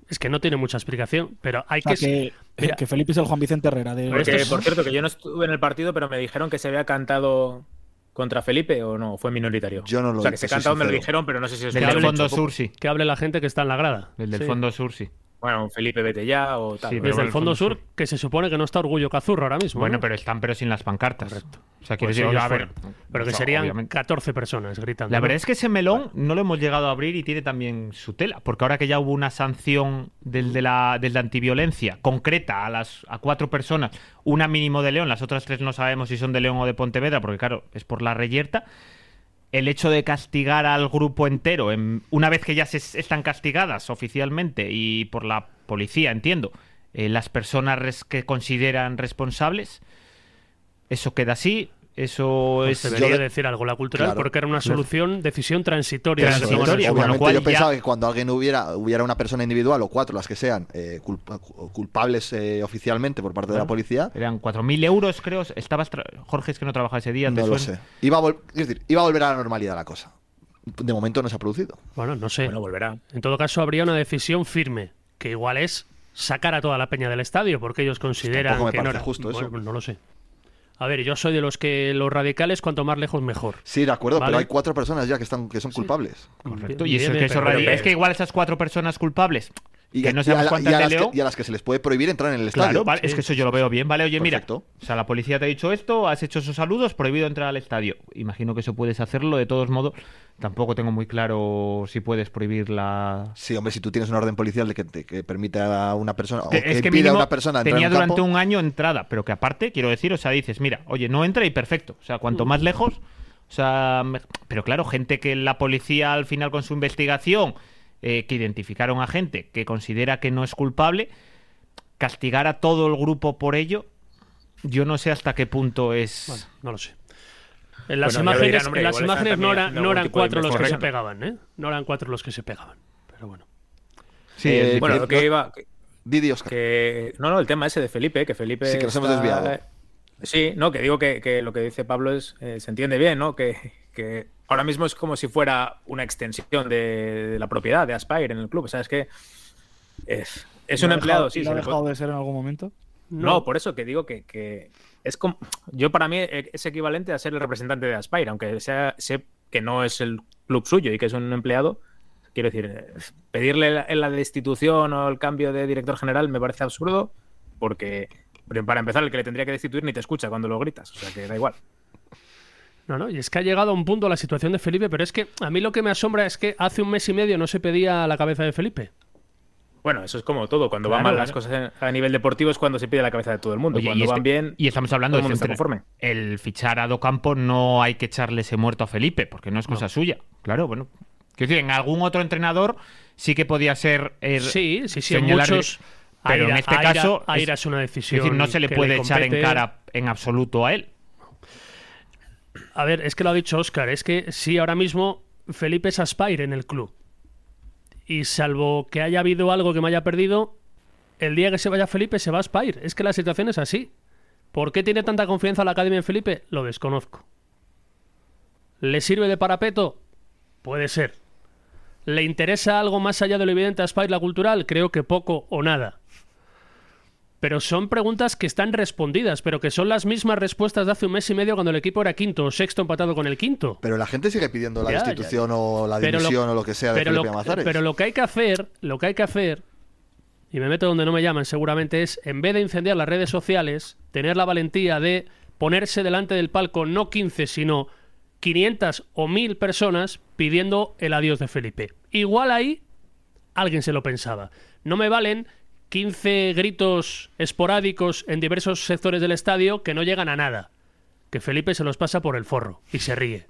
C: Es que no tiene mucha explicación, pero hay
E: O
F: Ah,
E: sea,
C: que...
E: que, eh,
C: Mira.
E: que Felipe es el Juan Vicente Herrera. De
D: Porque,
E: estos,
D: por
E: ¿no?
D: cierto, que yo no estuve en el partido, pero me dijeron que se había cantado contra Felipe o no, fue minoritario.
A: Yo no lo
D: O sea,
A: vi,
D: que se
A: te soy
D: cantado me lo
A: sincero.
D: dijeron, pero no sé si es
F: Del
D: que
F: del
D: hable-
F: fondo sur, sí.
C: Que hable la gente que está en la grada.
F: Del del
C: Sí.
F: fondo sur, sí.
D: Bueno, Felipe, vete ya o tal.
F: Sí,
D: pero
C: Desde
D: bueno,
C: el fondo sur, que se supone que no está Orgullo Cazurro ahora mismo.
F: Bueno,
C: ¿no?
F: pero están pero sin las pancartas.
C: Mm. Correcto.
F: O sea, quiero
C: Pues
F: decir,
C: ellos
F: a ver.
C: fueron. Pero que
F: o sea,
C: serían
F: obviamente.
C: 14 personas gritando.
F: La
C: ¿no?
F: verdad es que ese melón no lo hemos llegado a abrir y tiene también su tela, porque ahora que ya hubo una sanción del de la, del de antiviolencia concreta a las a cuatro personas, una mínimo de León, las otras tres no sabemos si son de León o de Pontevedra, porque claro, es por la reyerta. El hecho de castigar al grupo entero, en, una vez que ya se s- están castigadas oficialmente y por la policía, entiendo, eh, las personas res- que consideran responsables, eso queda así, eso
C: Pues
F: es...
C: debería
A: yo-
C: decir algo la cultural
A: Claro.
C: porque era una solución, decisión transitoria.
A: Eso es.
C: de la semana
F: Transitoria,
C: pasada.
F: con
A: Obviamente
F: lo cual
A: yo
F: ya-
A: pensaba que cuando alguien hubiera, hubiera una persona individual o cuatro, las que sean, eh, culpa- cu- culpables eh, oficialmente por parte de la policía,
F: Eran 4.000 euros, creo. Estabas tra- Jorge, es que no trabajaba ese día. ¿te
A: no lo
F: suena?
A: sé. Iba a, vol- es decir, iba a volver a la normalidad la cosa. De momento no se ha producido.
C: Bueno, no sé.
D: Bueno, volverá.
C: En todo caso, habría una decisión firme, que igual es sacar a toda la peña del estadio, porque ellos consideran
A: Tampoco me
C: que no
A: parece
C: era
A: justo eso.
C: Bueno, no lo sé. A ver, yo soy de los que los radicales, cuanto más lejos, mejor.
A: Sí, de acuerdo,
C: Vale.
A: pero hay cuatro personas ya que están que son culpables.
F: Correcto. Y
C: Bien,
F: eso,
C: bien,
F: que eso
C: pero-
F: radica- es que igual esas cuatro personas culpables,
A: Y,
F: que
A: y
F: no
A: a, la-
F: sabemos
A: y a
F: cuántas de
A: las que,
F: León.
A: y a las que se les puede prohibir entrar en el
F: Claro,
A: estadio.
F: vale, es
A: Sí.
F: que eso yo lo veo bien, ¿vale? Oye, mira,
A: Perfecto.
F: o sea, la policía te ha dicho esto, has hecho esos saludos, prohibido entrar al estadio. Imagino que eso puedes hacerlo, de todos modos, tampoco tengo muy claro si puedes prohibir la...
A: Sí, hombre, si tú tienes una orden policial de que, te- que permite a una persona o que,
F: Que- es
A: impida
F: que
A: a
F: mínimo
A: una persona entrar
F: tenía
A: en un
F: durante
A: campo,
F: un año entrada, pero que aparte, quiero decir, o sea, dices, mira, oye, no entra y perfecto. O sea, cuanto más lejos, o sea, me- pero claro, gente que la policía al final con su investigación, eh, que identificaron a gente que considera que no es culpable, castigar a todo el grupo por ello, yo no sé hasta qué punto es...
C: Bueno, no lo sé. En las
D: Bueno, ya
C: imágenes,
D: dirán, hombre,
C: en las
D: igual están
C: imágenes no,
D: también
C: era-
D: haciendo
C: no
D: algún
C: eran
D: tipo de
C: cuatro los que se
D: investigación.
C: pegaban, ¿eh? No eran cuatro los que se pegaban. Pero bueno.
F: Sí,
A: eh,
F: es-
D: Bueno,
A: que-
D: que iba. que-
A: Didi Oscar.
D: que- No, no, el tema ese de Felipe, que Felipe.
A: Sí, que nos hemos desviado.
D: Sí, no, que digo que, que lo que dice Pablo es. eh, se entiende bien, ¿no? Que, que ahora mismo es como si fuera una extensión de, de la propiedad de Aspire en el club. O sea, es que. Es, es un
E: ¿Lo ha
D: empleado,
E: dejado-
D: sí.
E: ¿Lo
D: se
E: ha
D: le puede-
E: dejado de ser en algún momento?
D: No, por eso que digo que, que es como. Yo para mí eh, es equivalente a ser el representante de Aspire, aunque sea, sé que no es el club suyo y que es un empleado. Quiero decir, eh, pedirle la, la destitución o el cambio de director general me parece absurdo, porque pero para empezar, el que le tendría que destituir ni te escucha cuando lo gritas, o sea que da igual.
C: No, no, y es que ha llegado a un punto la situación de Felipe, pero es que a mí lo que me asombra es que hace un mes y medio no se pedía la cabeza de Felipe.
D: Bueno, eso es como todo. Cuando
F: Claro,
D: van mal
F: claro.
D: las cosas en- a nivel deportivo es cuando se pide la cabeza de todo el mundo.
F: Oye,
D: cuando
F: y,
D: van
F: este-
D: bien.
F: y estamos hablando
D: todo
F: de
D: el mundo
F: este
D: está
F: entrenador.
D: conforme.
F: El fichar a Docampo no hay que echarle ese muerto a Felipe, porque no es cosa suya. Claro, bueno. Quiero decir, en algún otro entrenador sí que podía ser. eh,
C: Sí, sí, sí,
F: señalarle-
C: muchos.
F: Pero
C: Aira-
F: en este
C: Aira-
F: caso. es-
C: Aira es una
F: es
C: decisión.
F: decir, no se le
C: que
F: puede echar en
C: compete.
F: cara en absoluto a él.
C: A ver, es que lo ha dicho Oscar, es que sí, ahora mismo Felipe es Aspire en el club. Y salvo que haya habido algo que me haya perdido, el día que se vaya Felipe se va Aspire. Es que la situación es así. ¿Por qué tiene tanta confianza la academia en Felipe? Lo desconozco. ¿Le sirve de parapeto? Puede ser. ¿Le interesa algo más allá de lo evidente a Aspire la cultural? Creo que poco o nada. Pero son preguntas que están respondidas, pero que son las mismas respuestas de hace un mes y medio cuando el equipo era quinto o sexto empatado con el quinto.
A: Pero la gente sigue pidiendo la
C: Ya, ya.
A: destitución o la
C: Pero lo-
A: dimisión o lo que sea de
C: pero
A: Felipe
C: lo,
A: Amazares.
C: pero lo que hay que hacer, lo que hay que hacer, y me meto donde no me llaman seguramente, es en vez de incendiar las redes sociales, tener la valentía de ponerse delante del palco no 15, sino 500 o 1000 personas pidiendo el adiós de Felipe. Igual ahí alguien se lo pensaba. No me valen 15 gritos esporádicos en diversos sectores del estadio que no llegan a nada. Que Felipe se los pasa por el forro y se ríe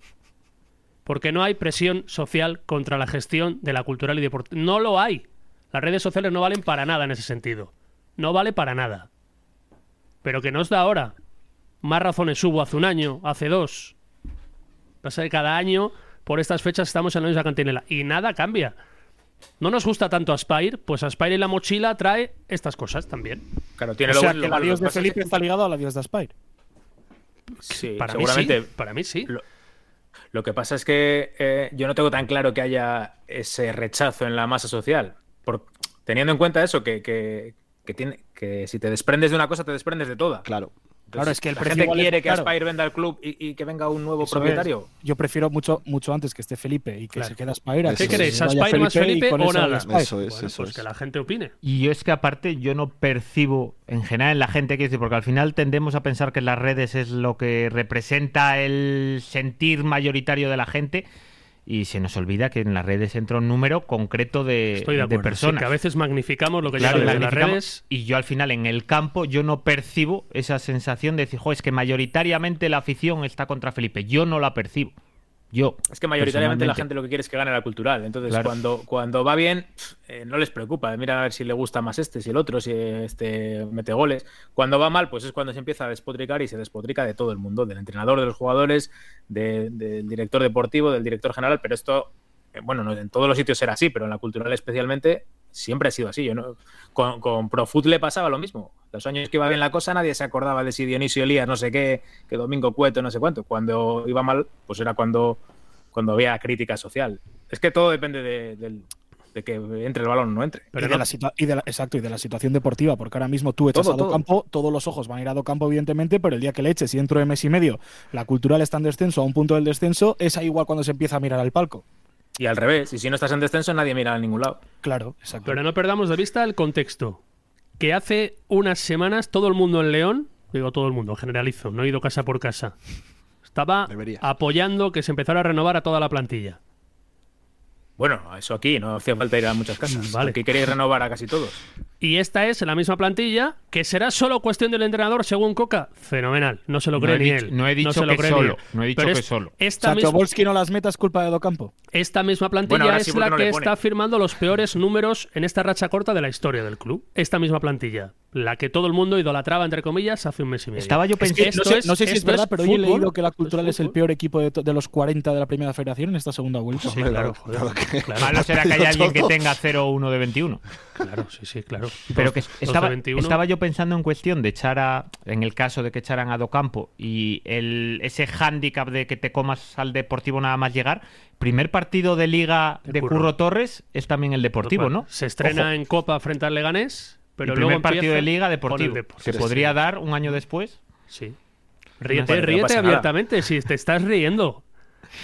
C: porque no hay presión social contra la gestión de la cultural y deportiva. No lo hay. Las redes sociales no valen para nada en ese sentido. No vale para nada. Pero que nos da ahora. Más razones hubo hace un año, hace dos. Pasa que cada año, por estas fechas, estamos en la misma cantinela. Y nada cambia. No nos gusta tanto Aspire, pues Aspire y la mochila trae estas cosas también.
D: Claro, tiene
E: O
D: lo
E: sea,
D: bueno y
E: que el
D: lo malo.
E: adiós
D: Lo que
E: de
D: pasa
E: Felipe
D: es
E: está ligado al adiós de Aspire.
D: que- sí,
A: Eh,
C: Para
D: seguramente.
C: mí sí. Para mí sí.
D: Lo- Lo que pasa es que eh, yo no tengo tan claro que haya ese rechazo en la masa social. Por- teniendo en cuenta eso, que, que- que tiene, que si te desprendes de una cosa, te desprendes de toda.
A: Claro.
D: Entonces,
E: Claro, es que el
D: la
E: precio
D: gente
E: igual es-
D: quiere que
E: claro.
D: Aspire venda el club y, y que venga un nuevo
E: Eso
D: propietario.
E: es. Yo prefiero mucho, mucho antes que esté Felipe y que
C: Claro.
E: se quede Aspire. a
A: ¿Qué
E: que
A: queréis,
E: se vaya
C: Aspire más Felipe
E: y con
C: o
E: eso
C: nada?
E: adiós Aspire.
A: Eso es,
C: Bueno,
A: eso
C: pues
A: es.
C: que la gente opine.
F: Y yo es que aparte yo no percibo en general en la gente que dice, porque al final tendemos a pensar que las redes es lo que representa el sentir mayoritario de la gente y se nos olvida que en las redes entra un número concreto de,
C: Estoy de acuerdo. sí,
F: personas.
C: que a veces magnificamos lo que
F: Claro,
C: llega de las
F: magnificamos.
C: redes.
F: Y yo al final en el campo yo no percibo esa sensación de decir, jo, es que mayoritariamente la afición está contra Felipe. Yo no la percibo. Yo.
D: Es que mayoritariamente la
F: personalmente.
D: gente lo que quiere es que gane la cultural. Entonces,
F: Claro.
D: cuando, cuando va bien, pf, eh, no les preocupa. Mira a ver si le gusta más este, si el otro, si este mete goles. Cuando va mal, pues es cuando se empieza a despotricar y se despotrica de todo el mundo, del entrenador, de los jugadores, de- del director deportivo, del director general. Pero esto, eh, bueno, no, en todos los sitios era así, pero en la cultural especialmente siempre ha sido así. Yo no, con, con Profut le pasaba lo mismo. Los años que iba bien la cosa, nadie se acordaba de si Dionisio Elías, no sé qué, que Domingo Cueto, no sé cuánto. Cuando iba mal, pues era cuando cuando había crítica social. Es que todo depende de, del- de que entre el balón o no entre.
E: y,
C: Pero
E: de
C: no,
E: la situa- y de la- exacto, y de la situación deportiva, porque ahora mismo tú echas
D: Todo,
E: a
D: todo.
E: Docampo, todos los ojos van a ir a Docampo, evidentemente, pero el día que le eches y dentro de mes y medio la cultural está en descenso, a un punto del descenso, es ahí igual cuando se empieza a mirar al palco.
D: Y al revés, y si no estás en descenso, nadie mira a ningún lado.
E: Claro, exacto.
C: Pero no perdamos de vista el contexto. Que hace unas semanas todo el mundo en León, digo todo el mundo, generalizo, no he ido casa por casa, estaba
A: Debería.
C: apoyando que se empezara a renovar a toda la plantilla.
D: Bueno, eso aquí, no hacía falta ir a muchas casas.
C: Vale.
D: Aquí queréis renovar a casi todos.
C: Y esta es la misma plantilla, que será solo cuestión del entrenador, según Coca. Fenomenal, no se lo
F: No
C: cree
F: he
C: ni
F: dicho-
C: él.
F: no he dicho
C: se lo
F: que
C: cree ni
F: solo,
C: él.
F: no he dicho
C: Pero
F: que
C: es-
F: solo.
E: O sea,
C: Esta misma,
E: Chobolsky no las metas culpa de Docampo.
C: esta misma plantilla
D: ahora sí,
C: es
D: ¿por qué
C: la
D: no le
C: que
D: pone?
C: está firmando los peores números en esta racha corta de la historia del club. Esta misma plantilla, la que todo el mundo idolatraba, entre comillas, hace un mes y medio.
F: Estaba yo pensando...
C: esto
E: Eh, no sé,
C: es-
E: no sé si es
C: esto
E: verdad,
C: es
E: pero hoy he
C: fútbol,
E: leído que la
C: esto es
E: cultural es, el
C: fútbol.
E: peor equipo de, to- de los 40 de la primera federación en esta segunda vuelta.
C: Sí, claro, joder.
F: Malo será que haya alguien que tenga 0-1 de 21.
C: Claro, sí, sí, claro.
F: Pero que
C: Dos- dos de
F: estaba,
C: 21.
F: estaba yo pensando en cuestión de echar a, en el caso de que echaran a Docampo y el, ese hándicap de que te comas al Deportivo nada más llegar, primer partido de liga
C: De
F: de Curro,
C: Curro.
F: Torres es también el Deportivo,
C: Bueno,
F: ¿no?
C: Se estrena
F: Ojo,
C: en Copa frente al Leganés, pero
F: el
C: luego
F: primer partido
C: empieza
F: de liga
C: con el
F: Deportivo.
C: Depor-
F: ¿Se podría dar un año después?
C: Sí.
F: Bueno,
C: Ríete,
F: no
C: ríete
D: pasa nada.
C: abiertamente, si te estás riendo.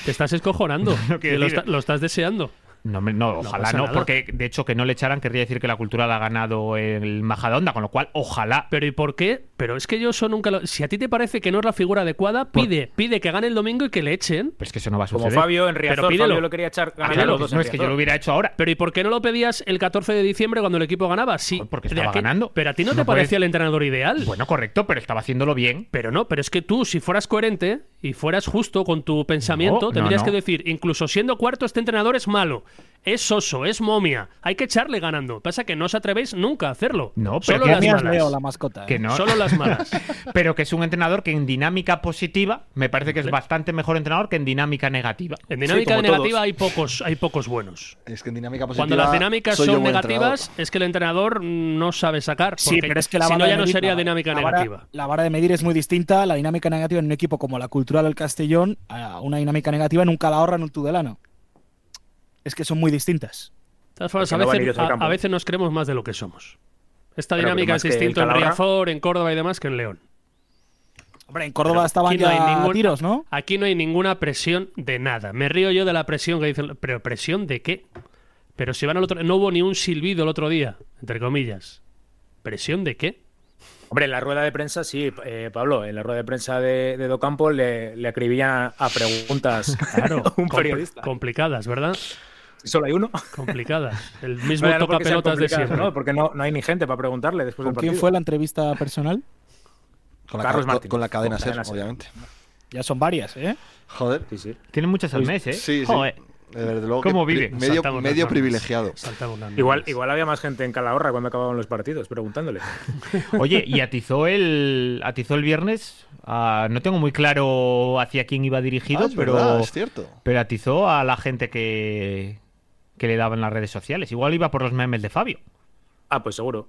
C: Te estás escojonando.
F: No
C: que
F: quiero
C: lo,
F: decir-
C: esta- lo estás deseando.
F: No, hombre, no, ojalá
C: pasa
F: no,
C: nada.
F: porque de hecho que no le echaran querría decir que la cultura la ha ganado el Majadahonda, con lo cual ojalá.
C: Pero ¿y por qué? Pero es que yo eso nunca lo... Si a ti te parece que no es la figura adecuada, pide, pide que gane el domingo y que le echen.
F: Pero es que eso no va a
D: Como
F: suceder.
D: Fabio en Riazor,
C: pídelo.
D: Fabio lo quería echar ganando
F: Ah, Claro,
D: los dos en
F: no es que yo
D: Riazor.
F: lo hubiera hecho ahora.
C: Pero ¿y por qué no lo pedías el 14 de diciembre cuando el equipo ganaba? Sí,
F: Joder, porque
C: de
F: estaba ganando.
C: Pero a ti no,
F: No
C: te
F: puedes-
C: parecía el entrenador ideal.
F: Bueno, correcto, pero estaba haciéndolo bien.
C: Pero no, pero es que tú, si fueras coherente y fueras justo con tu pensamiento,
F: No, no,
C: tendrías
F: no.
C: que decir, incluso siendo cuarto, este entrenador es malo. es soso, es momia. Hay que echarle ganando. Pasa que no os atrevéis nunca a hacerlo.
F: No, pero
C: Solo
F: que
C: las
E: Momia es
C: malas.
E: Leo, la mascota. ¿eh?
F: Que no.
C: Solo las malas.
F: Pero que es un entrenador que en dinámica positiva me parece que es
C: Vale.
F: bastante mejor entrenador que en dinámica negativa.
C: En dinámica
D: como
C: negativa
D: todos.
C: hay pocos, hay pocos buenos.
A: Es que en dinámica positiva.
C: Cuando las dinámicas
A: soy yo
C: son
A: buen
C: negativas, es que el entrenador no sabe sacar.
E: Sí,
C: porque
E: pero es que la
C: si
E: vara
C: no,
E: de
C: ya no
E: medir-
C: sería
E: la-
C: dinámica
E: la vara-
C: negativa.
E: la vara de medir es muy distinta, la dinámica negativa en un equipo como la Cultural del Castellón, a una dinámica negativa en un Calahorra, en un Tudelano. Es que son muy distintas.
C: De todas formas, a
D: Porque no van
C: veces,
D: ellos al
C: a-
D: campo.
C: a veces nos creemos más de lo que somos. Esta
D: Claro, pero
C: dinámica es
D: más que el
C: distinta en
D: Calahorra-
C: Riazor, en Córdoba y demás que en León.
E: Hombre, en Córdoba estaban
C: Aquí no
E: ya
C: hay ningún-
E: a tiros, ¿no?
C: Aquí no hay ninguna presión de nada. Me río yo de la presión que dicen, pero presión de qué? Pero si van al otro no hubo ni un silbido el otro día, entre comillas. ¿Presión de qué?
D: Hombre, en la rueda de prensa, sí, eh, Pablo, en la rueda de prensa de, de Docampo le, le acribillan a, a preguntas
C: Claro,
D: un
C: compl-
D: periodista.
C: complicadas, ¿verdad?
D: Solo hay uno.
C: Complicadas. El
D: No
C: mismo
D: era
C: toca
D: porque sean
C: pelotas de
D: complicadas,
C: siempre.
D: ¿no? Porque no, no hay ni gente para preguntarle
A: Pues
D: después
E: ¿Con
D: del
E: quién
D: partido.
E: fue la entrevista personal?
A: entrenador. Con la,
D: Carlos
A: ca-
D: Martín.
A: con la cadena,
D: Con
A: SER,
D: cadena SER.
A: obviamente.
E: Ya son varias, ¿eh?
A: Joder.
D: Sí, sí.
F: Tiene muchas al mes, ¿eh?
A: Sí, sí.
F: Joder.
A: Eh, Desde luego
F: ¿Cómo
A: que
F: vive?
A: pri- Medio,
C: Saltamos las
A: medio
C: normas.
A: privilegiado.
C: Saltamos las normas.
D: Igual, igual había más gente en Calahorra cuando acababan los partidos preguntándole.
F: Oye, y atizó el, atizó el viernes. a- no tengo muy claro hacia quién iba dirigido,
A: Ah, es
F: pero,
A: verdad, es cierto.
F: pero atizó a la gente que, que le daban las redes sociales. Igual iba por los memes de Fabio.
D: Ah, pues seguro.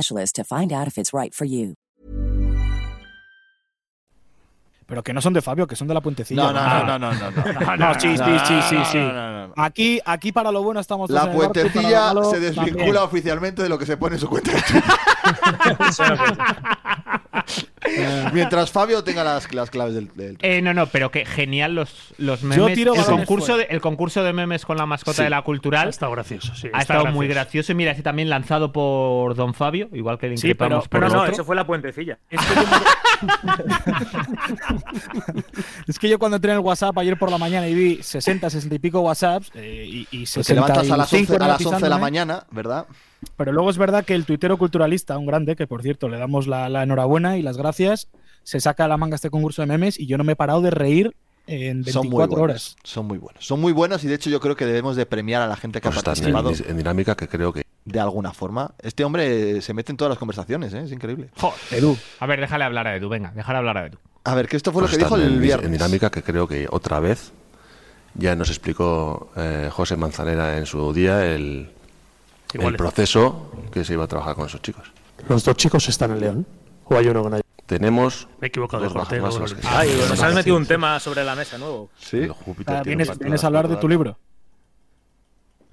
H: to find out if it's right for you.
E: Pero que no son de Fabio, que son de la
A: No,
E: puentecilla.
A: no, no, no, no, no.
E: no, sí, sí, sí, sí, sí.
A: No,
D: Ah.
A: no, no.
E: Aquí, aquí para lo bueno estamos todos
A: La
E: en el barco y para
A: puentecilla
E: lo malo
A: se desvincula
E: también.
A: oficialmente de lo que se pone en su cuenta. de Twitter. Mientras Fabio tenga las, las claves del, del-
F: Eh, no, no, pero que genial los, los memes.
E: tiro
F: el,
E: balones
F: concurso
E: fuera.
F: de, el concurso de memes con la mascota de la
C: Ha
F: cultural.
C: estado gracioso, sí.
F: Ha
C: está
F: estado muy gracioso y mira, ese también lanzado por Don Fabio, igual que le
E: Sí, pero-
F: increpamos por
D: Pero
F: el
D: no,
F: otro.
D: eso fue la puentecilla.
E: Es que yo cuando entré en el WhatsApp ayer por la mañana y vi 60, 60 y pico WhatsApps eh, y, y ¿eh?
A: Pues te levantas a las 11,
E: 65
A: a las 11 de la
E: notizándome.
A: mañana, ¿verdad?
E: Pero luego es verdad que el tuitero culturalista, un grande, que por cierto le damos la, la enhorabuena y las gracias, se saca a la manga este concurso de memes y yo no me he parado de reír en
A: Son muy
E: 24
A: buenos.
E: horas.
A: Son muy buenos. Son muy buenos y de hecho yo creo que debemos de premiar a la gente que ha
I: Constante
A: participado
I: Pues en, en dinámica que creo que
A: de alguna forma. Este hombre eh, se mete en todas las conversaciones, ¿eh? es increíble.
E: Edu,
F: A ver, déjale hablar a Edu, venga, déjale hablar a Edu.
A: A ver, que esto fue lo que
I: constante
A: dijo
I: pues en
A: el
I: di- en,
A: viernes.
I: dinámica que creo que otra vez ya nos explicó eh, José Manzanera en su día el, el
C: Igual es-
I: proceso que se iba a trabajar con esos chicos.
J: Los dos chicos están en León. O hay uno con ellos.
I: Tenemos
C: Me he equivocado,
I: dos
C: Jorge, no,
I: bajas más a las
C: no,
I: que-
C: no.
D: Ay,
I: a las
D: nos
I: que-
D: has metido un tema sobre la mesa nuevo.
A: Sí.
I: el Júpiter
E: ah,
I: tiene
E: vienes,
I: un patrón
E: vienes a hablar de tu
I: natural.
E: libro.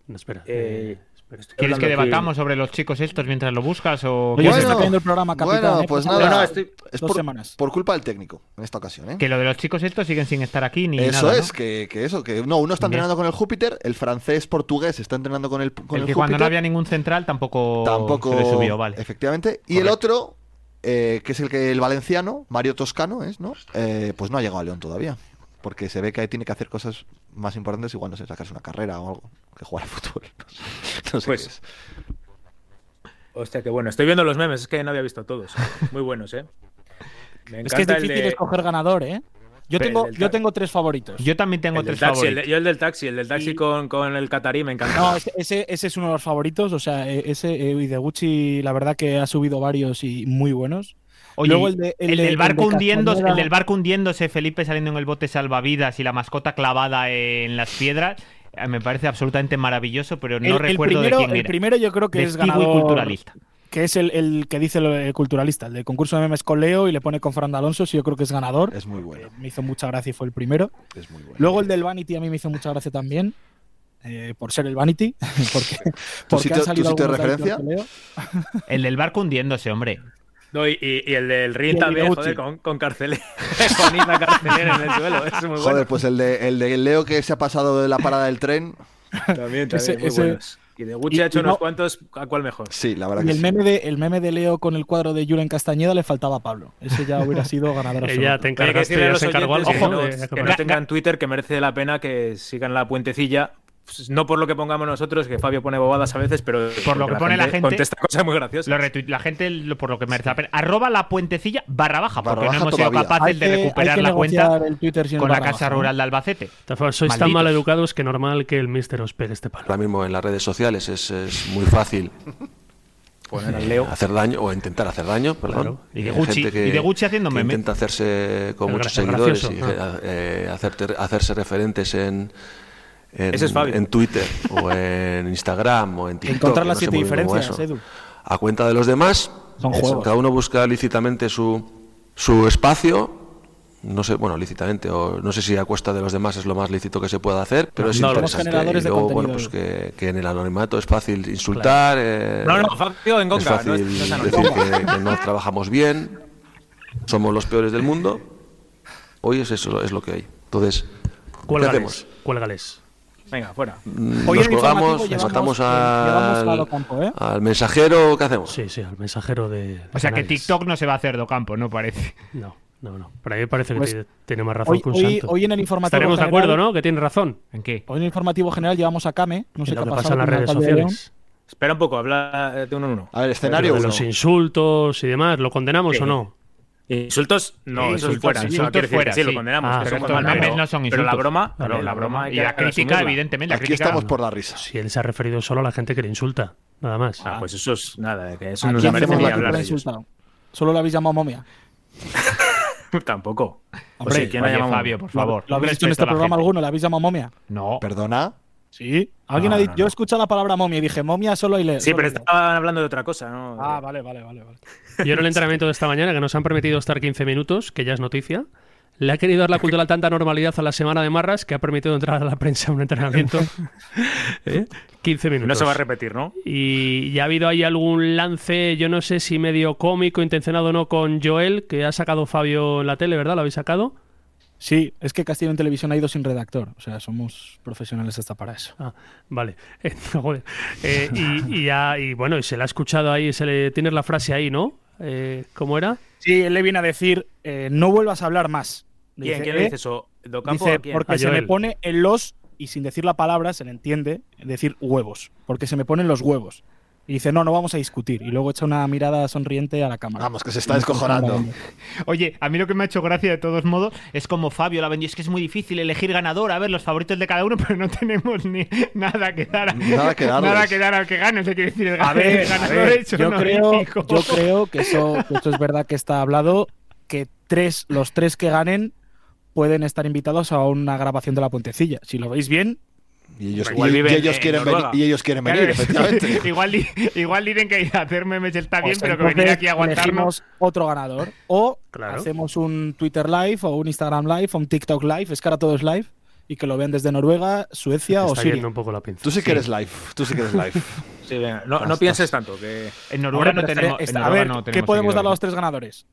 C: No, espera.
D: Eh,
C: espera, estoy
F: ¿Quieres
D: hablando
F: que
D: aquí-
F: debatamos sobre los chicos estos mientras lo buscas o
E: Oye,
F: quieres
E: se está
A: Bueno,
E: cayendo el programa, capitán.
A: bueno,
E: ¿eh?
A: pues
E: Pasa
A: nada,
E: nada.
A: es
E: Dos
A: por,
E: semanas.
A: por culpa del técnico en esta ocasión. ¿eh?
F: que lo de los chicos estos siguen sin estar aquí ni
A: Eso
F: nada, ¿no?
A: es, que, que eso, que no, uno está
F: Bien.
A: entrenando con el Júpiter, el francés portugués está entrenando con el, con
F: el
A: el
F: que cuando
A: Júpiter,
F: no había ningún central tampoco,
A: tampoco
F: se le subió, vale.
A: Efectivamente. Y el otro, eh, que es el que el valenciano, Mario Toscano es, ¿no? Eh, pues no ha llegado a León todavía. Porque se ve que ahí tiene que hacer cosas más importantes, igual no sé, sacarse una carrera o algo, que jugar al fútbol. No sé, no sé
D: Pues-
A: qué es.
D: Hostia, qué bueno. Estoy viendo los memes, es que no había visto todos. Muy buenos, ¿eh? Me
E: Es que es
D: encanta el
E: difícil
D: de-
E: escoger ganador, ¿eh? Yo
D: Pero
E: tengo,
D: el del
E: yo
D: taxi.
E: tengo tres favoritos.
F: Yo también tengo
D: el del
F: tres
D: taxi, el
F: favoritos.
D: de- yo el del taxi, el del taxi
E: Y-
D: con, con el catarí me encanta.
E: No, ese, ese- ese es uno de los favoritos. O sea, e- ese eh, y de Gucci, la verdad que ha subido varios y muy buenos.
F: Oye,
E: Luego el de- el
F: el
E: de-
F: del barco
E: el de
F: hundiéndose,
E: Castañeda.
F: el del barco hundiéndose, Felipe saliendo en el bote salvavidas y la mascota clavada en las piedras, eh, me parece absolutamente maravilloso, pero
E: El-
F: no
E: el
F: recuerdo
E: primero-
F: de quién
E: El
F: era.
E: primero yo creo que
F: De
E: es
F: Stevie
E: ganador.
F: culturalista.
E: Que es el, el que dice lo- el culturalista, el del concurso de memes con Leo y le pone con Fernando Alonso, si yo creo que es ganador. Eh,
A: Es muy bueno,
E: Me hizo mucha gracia y fue el primero.
A: es muy bueno.
E: Luego el del Vanity a mí me hizo mucha gracia también. eh, por ser el Vanity. Porque, porque
A: sitio-
E: han salido
A: tu sitio de
E: algunos
A: referencia?
E: con Leo.
F: El del barco hundiéndose, hombre.
D: No, y, y- y el del
E: Y el
D: Rin también,
E: Minauchi.
D: joder, con, con carcelera. con Iza carcelera en el suelo. Es muy bueno.
A: Joder, pues el de, el de Leo que se ha pasado de la parada del tren.
D: también, también,
E: ese-
D: muy
E: ese-
D: buenos. Y de Gucci
E: y-
D: ha hecho
E: y
D: unos
E: no-
D: cuantos, ¿a cuál mejor?
A: Sí, la verdad
E: Y
A: que
E: el
A: sí.
E: meme, de, el meme de Leo con el cuadro de Julen Castañeda le faltaba a Pablo. Ese ya hubiera sido ganador
C: Que Eh,
E: absoluto.
C: ya te
D: Hay que
C: encargaste,
D: decirle a
C: ya
D: los
C: se encargó
D: oyentes que
C: algo.
D: no,
C: ¿no? De-
D: que no tengan Twitter, que merece la pena que sigan la puentecilla. Pues, No por lo que pongamos nosotros, que Fabio pone bobadas a veces, pero
F: Por lo
D: porque
F: que pone la gente,
D: Contesta cosas muy graciosas.
F: Lo retuit- la gente lo- por lo que merece la pena. Arroba la puentecilla barra baja,
A: Barra
F: porque
A: baja
F: no hemos sido
A: todavía.
E: Hay
F: capaces
E: que-
F: de
E: hay
F: recuperar
E: que
F: la cuenta
E: negociar el Twitter sin
F: con la
E: barra
F: Casa
E: baja, ¿no?
F: Rural de Albacete.
C: De todas formas, Sois tan
F: Malditos.
C: mal educados que normal que el mister os pegue este palo.
I: Ahora mismo en las redes sociales es, es muy fácil
D: Poner al Leo.
I: hacer daño o intentar hacer daño, perdón.
F: Claro. Y de
I: Hay
F: Gucci-
I: gente que-
F: y de Gucci haciendo
I: que
F: meme.
I: Intenta hacerse con
C: El
I: muchos
C: gra- el
I: seguidores y
F: Ah.
C: gracioso,
I: eh, hacerte- hacerse referentes en, en,
D: Ese es Fabio.
I: en Twitter o en Instagram o en TikTok.
E: Encontrar
I: que
E: las
I: no sé
E: siete
I: muy bien cómo
E: diferencias,
I: eso.
E: Edu.
I: A cuenta de los demás,
E: Son
I: eso,
E: juegos.
I: cada uno busca lícitamente su, su espacio. No sé, bueno, lícitamente, o no sé si a cuesta de los demás es lo más lícito que se pueda hacer, pero es
E: No, somos
I: interesante.
E: generadores
I: y
E: de
I: luego, bueno, pues
E: contenido,
I: que, que en el anonimato es fácil insultar. eh,
D: No, no, Fabio en
I: es
D: Conca.
I: fácil
D: No es, no es anónimo.
I: decir que, que no trabajamos bien, somos los peores del mundo. Hoy es eso, es lo que hay. Entonces, ¿qué hacemos?
C: Cuélgales, cuélgales.
D: Venga, fuera.
E: Hoy
I: Nos
E: en el informativo
I: colgamos, nos
E: llevamos- llevamos
I: matamos
E: a
I: al,
E: Docampo, ¿eh?
I: al mensajero, ¿qué hacemos?
C: Sí, sí, al mensajero de.
F: O sea que
C: Canales.
F: TikTok no se va a hacer do campo, no parece.
C: No, no, no. Por ahí parece que
E: Pues,
C: tiene- tiene más razón
E: Hoy,
C: que un
E: hoy-
C: santo.
E: hoy en el informativo
C: Estaremos de
E: general,
C: acuerdo, ¿no? Que tiene razón.
F: ¿En qué?
E: Hoy en el informativo general llevamos a Kame, no sé
C: en
E: qué
C: lo
E: ha
C: que
E: pasado
C: pasa en las
E: con el
C: redes
E: alcalde de León.
C: sociales.
D: Espera un poco, habla eh, de uno en uno.
A: A ver,
C: Lo
A: escenario
C: de
A: uno.
C: los insultos y demás, ¿lo condenamos
D: Sí.
C: o no?
D: Insultos, no,
F: Sí,
D: eso
F: insultos,
D: es fuera.
F: sí.
D: eso no quiere
F: Insultos
D: decir
F: fuera,
D: que sí,
F: sí.
D: lo condenamos.
C: Ah,
D: que
C: pero
D: son
C: estos
D: malas,
F: memes
D: pero-
F: no son
D: Pero la
F: insultos.
D: broma,
C: Claro,
D: la
C: la
D: broma.
F: Y la crítica, evidentemente, la
A: Aquí
F: crítica.
A: estamos por la risa.
C: Si él se ha referido solo a la gente que le insulta, nada más.
D: Ah, pues eso es nada, que eso
E: ¿A
D: no se
E: quién
D: merece
E: hacemos
D: ni
E: la
D: hablar
E: culpa
D: de
E: de
D: ellos.
E: insultado? Solo lo habéis llamado momia.
D: Tampoco.
E: Hombre,
D: Pues sí, ¿quién la
F: Oye,
D: llamamos?
F: Fabio, por
E: ¿Lo-
F: favor.
E: ¿Lo habéis
F: respeto
E: hecho en este
F: a la
E: programa
F: gente.
E: alguno? ¿Le habéis llamado momia?
F: No.
A: Perdona.
E: Sí. ¿Alguien
D: No,
E: ha dicho?
D: no,
E: Yo
D: no.
E: he escuchado la palabra momia y dije, momia solo hay Leo.
D: Sí,
E: solo
D: pero
E: hay Leo.
D: estaban hablando de otra cosa, ¿no?
E: Ah, vale, vale, vale. vale.
C: Yo en el entrenamiento de esta mañana, que nos han permitido estar 15 minutos, que ya es noticia, le ha querido dar la cultura tanta normalidad a la semana de Marras que ha permitido entrar a la prensa a un entrenamiento. ¿Eh? 15 minutos.
D: no se va a repetir, ¿no?
C: Y ya ha habido ahí algún lance, yo no sé si medio cómico, intencionado o no, con Joel, que ha sacado Fabio en la tele, ¿verdad? ¿Lo habéis sacado?
E: Sí, es que Castillo en Televisión ha ido sin redactor. O sea, somos profesionales hasta para eso.
C: Ah, vale. Eh, joder. Eh, y, y ya, y bueno, y se le ha escuchado ahí, se le tienes la frase ahí, ¿no? Eh, ¿Cómo era?
E: Sí, él le viene a decir, eh, no vuelvas a hablar más. Le
D: ¿Quién,
E: dice,
D: ¿Quién le
E: "Eh",
D: dice eso? ¿Docampo
E: dice,
D: a quién? Ah,
E: porque
C: A
E: se me
C: Joel.
E: pone en los, y sin decir la palabra se le entiende, decir huevos. Porque se me ponen los huevos. Y dice, no, no vamos a discutir. Y luego echa una mirada sonriente a la cámara.
A: Vamos, que se está descojonando.
F: Oye, a mí lo que me ha hecho gracia de todos modos es como Fabio la vendió. Es que es muy difícil elegir ganador, a ver los favoritos de cada uno, pero no tenemos ni nada que dar. a-
A: Nada que darles.
F: nada que dar al que gane, se quiere decir el
E: A
F: ganador.
E: ver,
F: el
E: a
F: ganador
E: ver,
F: hecho
E: yo,
F: no
E: creo,
F: elijo.
E: yo creo que eso, que eso es verdad que está hablado, que tres, los tres que ganen pueden estar invitados a una grabación de la puentecilla. Si lo veis bien,
A: Y ellos,
D: Igual
A: y-
D: viven
A: y ellos
D: en
A: quieren venir,
D: Noruega.
A: y ellos quieren venir,
F: Claro,
A: efectivamente.
F: igual, di- igual dicen que hacer memes está bien,
E: pues
F: pero que venir
E: entonces
F: aquí a aguantarnos.
E: elegimos otro ganador. O
C: Claro.
E: hacemos un Twitter Live o un Instagram Live o un TikTok Live, es que ahora todo es live, y que lo vean desde Noruega, Suecia o
C: Está
E: Siria.
C: yendo un poco la pinza.
A: Tú sí que eres live. Tú sí que eres live.
D: Ah, Sí, venga, no, no pienses tanto. Que...
F: En
E: Hombre,
F: Noruega no
E: pero
F: tenemos.
E: está-
F: en
E: este, a
F: Noruega
E: ver,
F: no
E: ¿qué
F: tenemos
E: podemos dar a
F: seguidores.
E: los tres ganadores?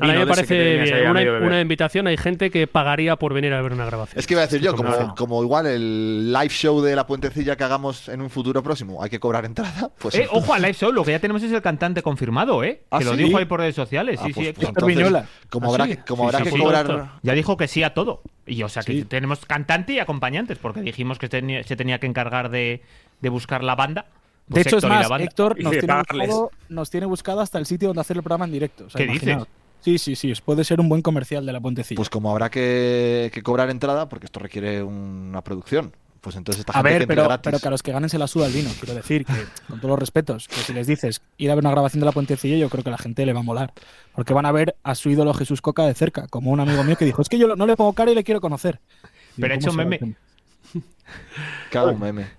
C: A mí me
D: Vino de ese que
C: parece
D: tenías ahí
C: bien.
D: a
C: Una,
D: medio beber.
C: una invitación. Hay gente que pagaría por venir a ver una grabación.
A: Es que iba a decir yo, como,
D: Claro.
A: como igual el live show de la puentecilla que hagamos en un futuro próximo, hay que cobrar entrada. Pues
F: Eh, ojo al live show, lo que ya tenemos es el cantante confirmado, ¿eh?
A: ¿Ah,
F: que lo
A: sí?
F: dijo ahí por redes sociales.
A: Ah,
F: sí,
A: pues-
F: sí,
A: pues
F: que-
E: Héctor
A: entonces,
E: Viñola.
A: Como
C: Ah,
A: habrá,
C: sí.
A: que- como
C: Sí,
A: habrá
C: sí,
A: que
C: sí.
A: cobrar.
F: Ya dijo que sí a todo. Y o sea que
A: Sí.
F: tenemos cantante y acompañantes, porque dijimos que tenía- se tenía que encargar de, de buscar la banda.
E: De
F: Pues
E: hecho, es
F: Héctor y la
E: más,
F: banda.
E: Héctor
D: Y
E: nos
D: de
E: tiene,
D: pagarles.
E: buscado, nos tiene buscado hasta el sitio donde hacer el programa en directo. O sea,
F: ¿Qué
E: imaginaos. Sí, sí, sí. Puede ser un buen comercial de la puentecilla.
A: Pues como habrá que, que cobrar entrada, porque esto requiere una producción. Pues entonces esta
E: a
A: gente que
E: ver,
A: entre
E: pero,
A: gratis.
E: pero que a los que ganen se la suda el vino. Quiero decir que, con todos los respetos, que si les dices ir a ver una grabación de la puentecilla, yo creo que la gente le va a molar. Porque van a ver a su ídolo Jesús Coca de cerca, como un amigo mío que dijo, es que yo no le pongo cara y le quiero conocer. Digo,
F: Pero ha
E: "¿Cómo
F: hecho
E: será
F: meme".
E: el tema?".
A: Cada un meme.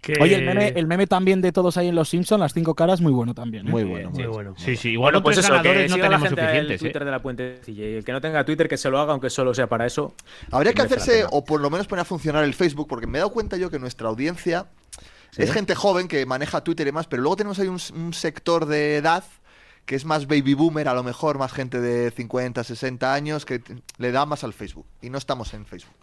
C: Que-
E: Oye, el
F: eh,
E: meme, el meme también de todos ahí en Los Simpsons, las cinco caras, muy bueno también. ¿eh?
A: Muy bueno. muy
C: Sí,
A: bueno.
C: bueno.
F: Sí, sí, igual
D: Bueno,
F: con
D: pues
F: tres
D: eso, que
F: ganadores no
D: siga la
F: tenemos
D: gente al
F: suficientes. ¿eh?
D: Twitter de la Puentecilla. Y el que no tenga Twitter, que se lo haga, aunque solo sea para eso.
A: Habría que
D: merece la
A: hacerse,
D: pena.
A: o por lo menos poner a funcionar el Facebook, porque me he dado cuenta yo que nuestra audiencia es gente joven que maneja Twitter y más, pero luego tenemos ahí un, s- un sector de edad que es más baby boomer, a lo mejor más gente de 50, 60 años, que t- le da más al Facebook. Y no estamos en Facebook.